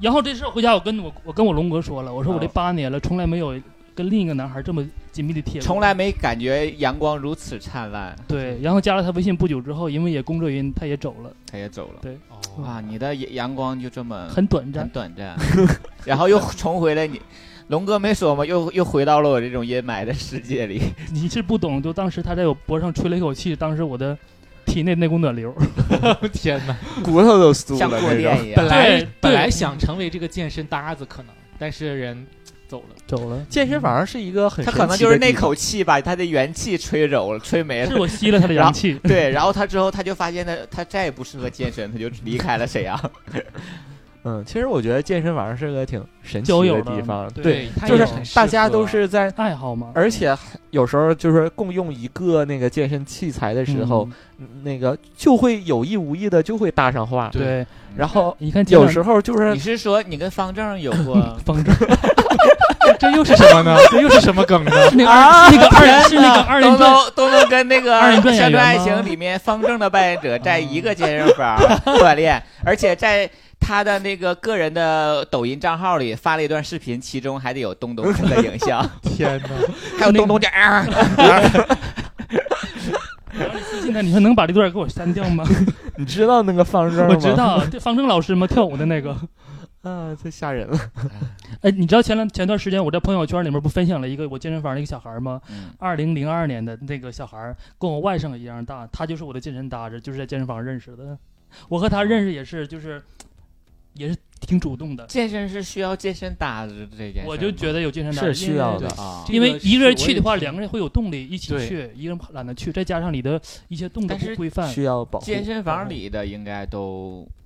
F: 然后这事儿回家我跟我我跟我龙哥说了，我说我这
D: 哦
F: 八年了，从来没有跟另一个男孩这么紧密的贴，
D: 从来没感觉阳光如此灿烂。
F: 对。然后加了他微信不久之后，因为也工作原因，他也走了，
D: 他也走了。
F: 对
D: [LAUGHS]
E: 哦，
D: 啊，你的阳光就这么
F: 很短暂
D: 很。短暂，然后又重回了你。龙哥没说吗？又又回到了我这种阴霾的世界里。
F: 你是不懂，就当时他在我脖上吹了一口气，当时我的体内内功暖流。
E: 天哪！
A: 骨头都酥
D: 像
A: 了
D: 过
A: 这种。
D: 电一样。
E: 本来本来
F: 对
E: 想成为这个健身搭子，可能，但是人走了。
F: 走了，
C: 健身房是一个很
D: 他可能
C: 神奇
D: 就
C: 的
D: 是那
C: 地方
D: 口气把他的元气吹走了，吹没
F: 是
D: 了。。
F: 我吸了他的阳气
D: 对，然后他之后他就发现他他再也不适合健身，他就离开了沈阳。
C: 嗯，其实我觉得健身房是个挺神奇
F: 交友
C: 的
F: 呢
C: 地方，
E: 对，他
C: 就
E: 也
C: 是
E: 很适
C: 大家都
E: 合
C: 是在，
F: 爱好嘛，
C: 而
D: 嗯
C: 且还有时候就是共用一个那个健身器材的
D: 嗯
C: 时
F: 嗯
C: 候，那个就会有意无意的就会搭上话，
F: 嗯，对，
C: 然后
F: 你看
C: 有时候就是
D: 你是说你跟方正有过
F: 风筝 [LAUGHS]
E: 这又是什么呢？这又是什么梗呢？
F: 那个二那个二是那个二人
D: 东
F: 转，
D: 东东东跟那个
F: 二人
D: 《
F: 转演
D: 乡
F: 员
D: 村爱
F: 吗
D: 情》里面方正的扮演者在一个健身房锻炼，而且在他的那个个人的抖音账号里发了一段视频，其中还得有东东的影像，
E: 天哪！
D: 还有东东家啊，
F: 进来你说能把这段给我删掉吗？
C: 你知道那个方正吗？
F: 我知，道这方正老师嘛，跳舞的那个。
C: 啊，太吓人了。
F: 哎，你知道前两前段时间我在朋友圈里面不分享了一个我健身房的一个小孩吗？
D: 嗯
F: 二零零二年的那个小孩儿跟我外甥一样大，他就是我的健身搭子，就是在健身房认识的。我和他认识也是，就是也是挺主动的。
D: 健身是需要健身搭子这件事，
F: 我就觉
D: 得
F: 得有健身搭
C: [LAUGHS] 是
F: 子
C: 需要
F: 因为
C: 的
D: 啊。
F: 因为一个人去的话，
E: 这个是我也
F: 两个人会有动力一起
E: 对
F: 去，一个人懒得去，再加上你的一些动作
D: 但是
F: 不规范，
C: 需要保护。
D: 健身房里的应该都
E: [LAUGHS]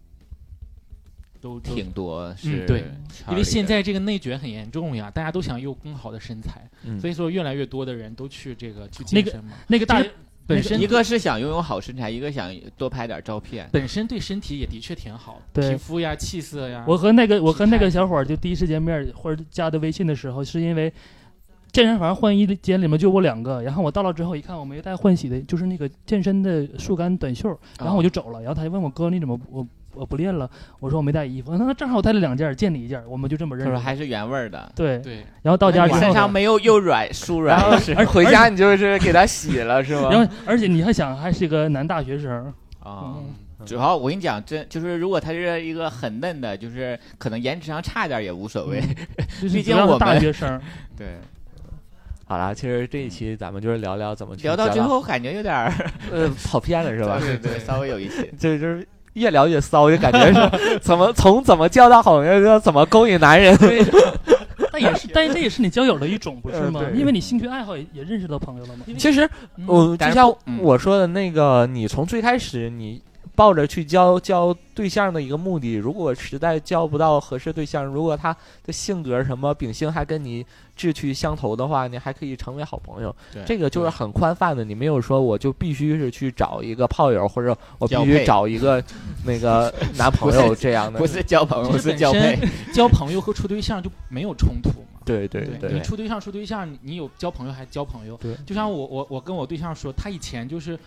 E: 都都
D: 挺多是、
E: 嗯对，因为现
D: 在
E: 在这个内卷很严重呀，大家都想有更好的身材，
C: 嗯
E: 所以说越来越多的人都去这个去
F: 那
E: 健
F: 个
E: 身嘛。
F: 那个大
E: 其实本身
D: 一个是想拥有好身材，一个想多拍点照片。
E: 本身对身体也的确挺好，
F: 对
E: 皮肤呀、气色
D: 啊
E: 呀。
F: 我和那个我和那
E: 体态
F: 个小伙儿就第一次见面或者加的微信的时候，是因为健身房换衣间里面就我两个，然后我到了之后一看我没带换洗的，就是那个健身的速干短袖，
D: 啊
F: 然后我就走了。然后他就问我哥你怎么不我我不练了？我说我没带衣服。那正好我带了两件，借你一件，我们就这么
D: 他
F: 认识
D: 说
F: 了。
D: 还是原味儿的，
F: 对，
E: 对，
F: 然后到家
D: 那你
F: 之后
D: 身上
F: 呢，
D: 没有又软酥软
A: 然后
D: 又
C: [LAUGHS]
D: 是
F: 而
A: 回家你就是给他洗了是吗？
F: 然后而且你还想还是一个男大学生，
D: 啊。
F: 嗯
D: 主要我跟你讲，真就是如果他是一个很嫩的，就是可能颜值上差点也无所谓。
F: 就是
D: 毕竟
F: 主要是
D: 我们
F: 大
D: [LAUGHS]
F: 学生，
D: 对，
C: 好啦，其实这一期咱们就是聊聊怎么去
D: 聊到
C: 交
D: 最
C: 到，
D: 后感觉有点儿，
C: 呃，跑偏了
D: [LAUGHS]
C: 是吧？
D: 对
E: 对
D: 对，稍微有一些。
C: 这就是越聊越骚，就感觉是 [LAUGHS] 怎么从怎么交到好朋友到怎么勾引男人。
F: 但也是但这也是你交友的一种，不是
C: 呃
F: 吗？
C: 对
F: 因为你兴趣爱好也也认识到朋友了嘛。
C: 其实，
E: 嗯
C: 我
D: 但
C: 就是像
D: 嗯
C: 我说的那个，你从最开始你抱着去交交对象的一个目的，如果实在交不到合适对象，如果他的性格什么秉性还跟你志趣相投的话，你还可以成为好朋友。
D: 对
C: 这个就是很宽泛的，你没有说我就必须是去找一个炮友，或者我必
D: 交
C: 须
D: 配
C: 找
D: [LAUGHS]
C: 一个那个男朋
D: 不
C: 友这样的
D: 不。是交朋友，
E: 其实
D: 是
E: 本
D: 交配。
E: 身 [LAUGHS] 交朋友和处对象就没有冲突嘛。
C: 对对
E: 对你处对象处对象，你你有交朋友还交朋友。
C: 对
E: 就像我我我跟我对象说，他以前就是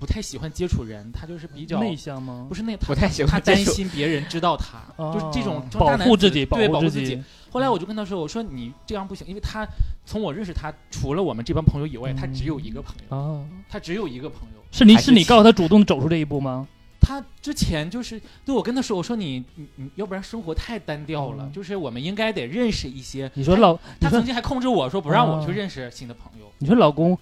E: 不太喜欢接触人，他就是比较
F: 内向吗？
E: 不是那
D: 不
E: 他
D: 太喜
E: 他
D: 欢接
E: 担
D: 触。
E: 心别人知道他，
F: 哦
E: 就是这种
F: 保护自己，
E: 对保
F: 护
E: 自
F: 己。。嗯
E: 后来我就跟他说，我说你这样不行，因为他从我认识他，除了我们这帮朋友以外，
F: 嗯
E: 他只有一个朋友，
F: 哦，
E: 他只有一个朋友。
F: 是你
D: 还是
F: 是你
D: 起
F: 告诉他主动走出这一步吗？
E: 他之前就是对我跟他说，我说你你你要不然生活太单调了，
F: 嗯
E: 就是我们应该得认识一些。
F: 你说老，你
E: 他
F: 说啊
E: 曾经还控制我说不让我
F: 哦
E: 去认识新的朋友，
F: 你说老公，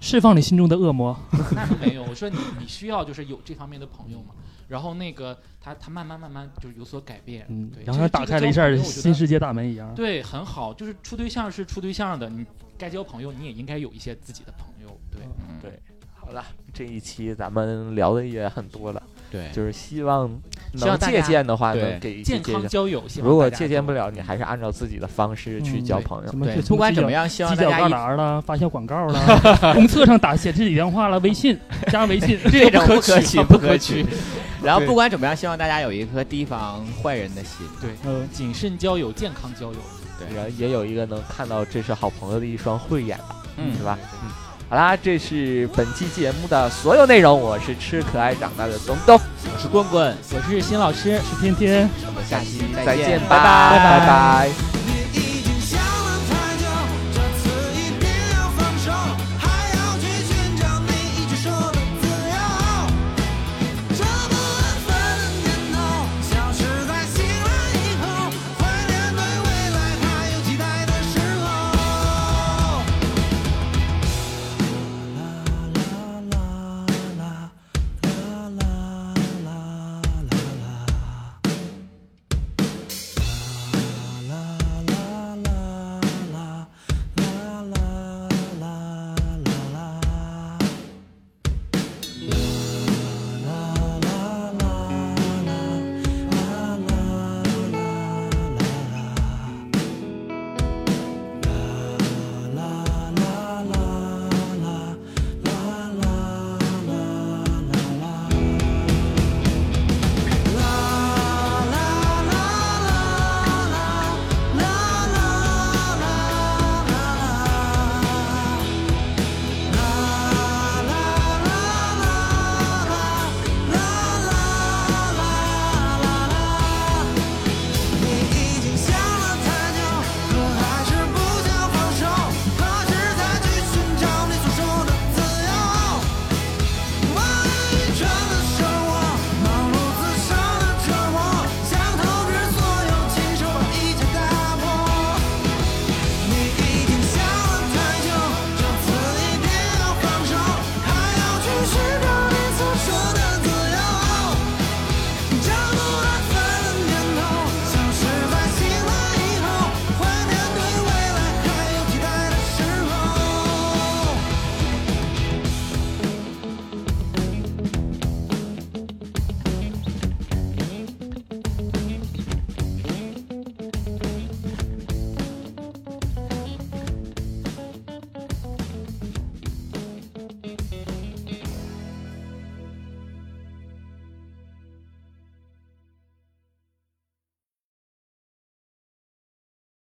F: 释放你心中的恶魔。
E: 那是没有。我说你你需要就是有这方面的朋友嘛。然后那个他他慢慢慢慢就是有所改变，
F: 嗯
E: 对，，
F: 然后打开了一
E: 这
F: 扇
E: 个交朋友我觉得
F: 新世界大门一样。
E: 对，很好，就是处对象是处对象的，你该交朋友，你也应该有一些自己的朋友。对，
D: 嗯
C: 对好了，这一期咱们聊的也很多了。
D: 对
C: 就是希望
D: 希望
C: 能
D: 大
C: 借
D: 家
C: 鉴的话，
D: 对
C: 能给一些
E: 健
C: 借
E: 康
C: 鉴。
E: 交友，希望
C: 如果
E: 大家
C: 借鉴
E: 都
C: 不了，你还是按照自己的方式去
F: 嗯
C: 交
E: 对
C: 朋友
F: 什。么
D: 对，
F: 就
D: 不管怎么
F: 样，
D: 样，希望
F: 犄
D: 大
F: 角
D: 家
F: 旮
D: 一
F: 旯啦，发小广告啦，公厕上打显示你电话啦，微信 [LAUGHS] 加微信。
D: 这种
E: 不
D: 不可取，
E: 取，
D: 不
E: 可
D: 可 [LAUGHS] 取。。然后不管怎么样，希望大家有一颗提防坏人的心。
F: 嗯，
E: 谨慎交友，健康交友。
C: 然后也有一个能看到这是好朋友的一双慧眼吧，
D: 嗯
C: 是吧？嗯，好啦，这是本期节目的所有内容。我是吃可爱长大的东东，
D: 我是棍棍，
E: 我是新老师。
F: 是天天。
D: 我们下期
C: 再
D: 见，
C: 吧，拜
E: 拜
C: 拜。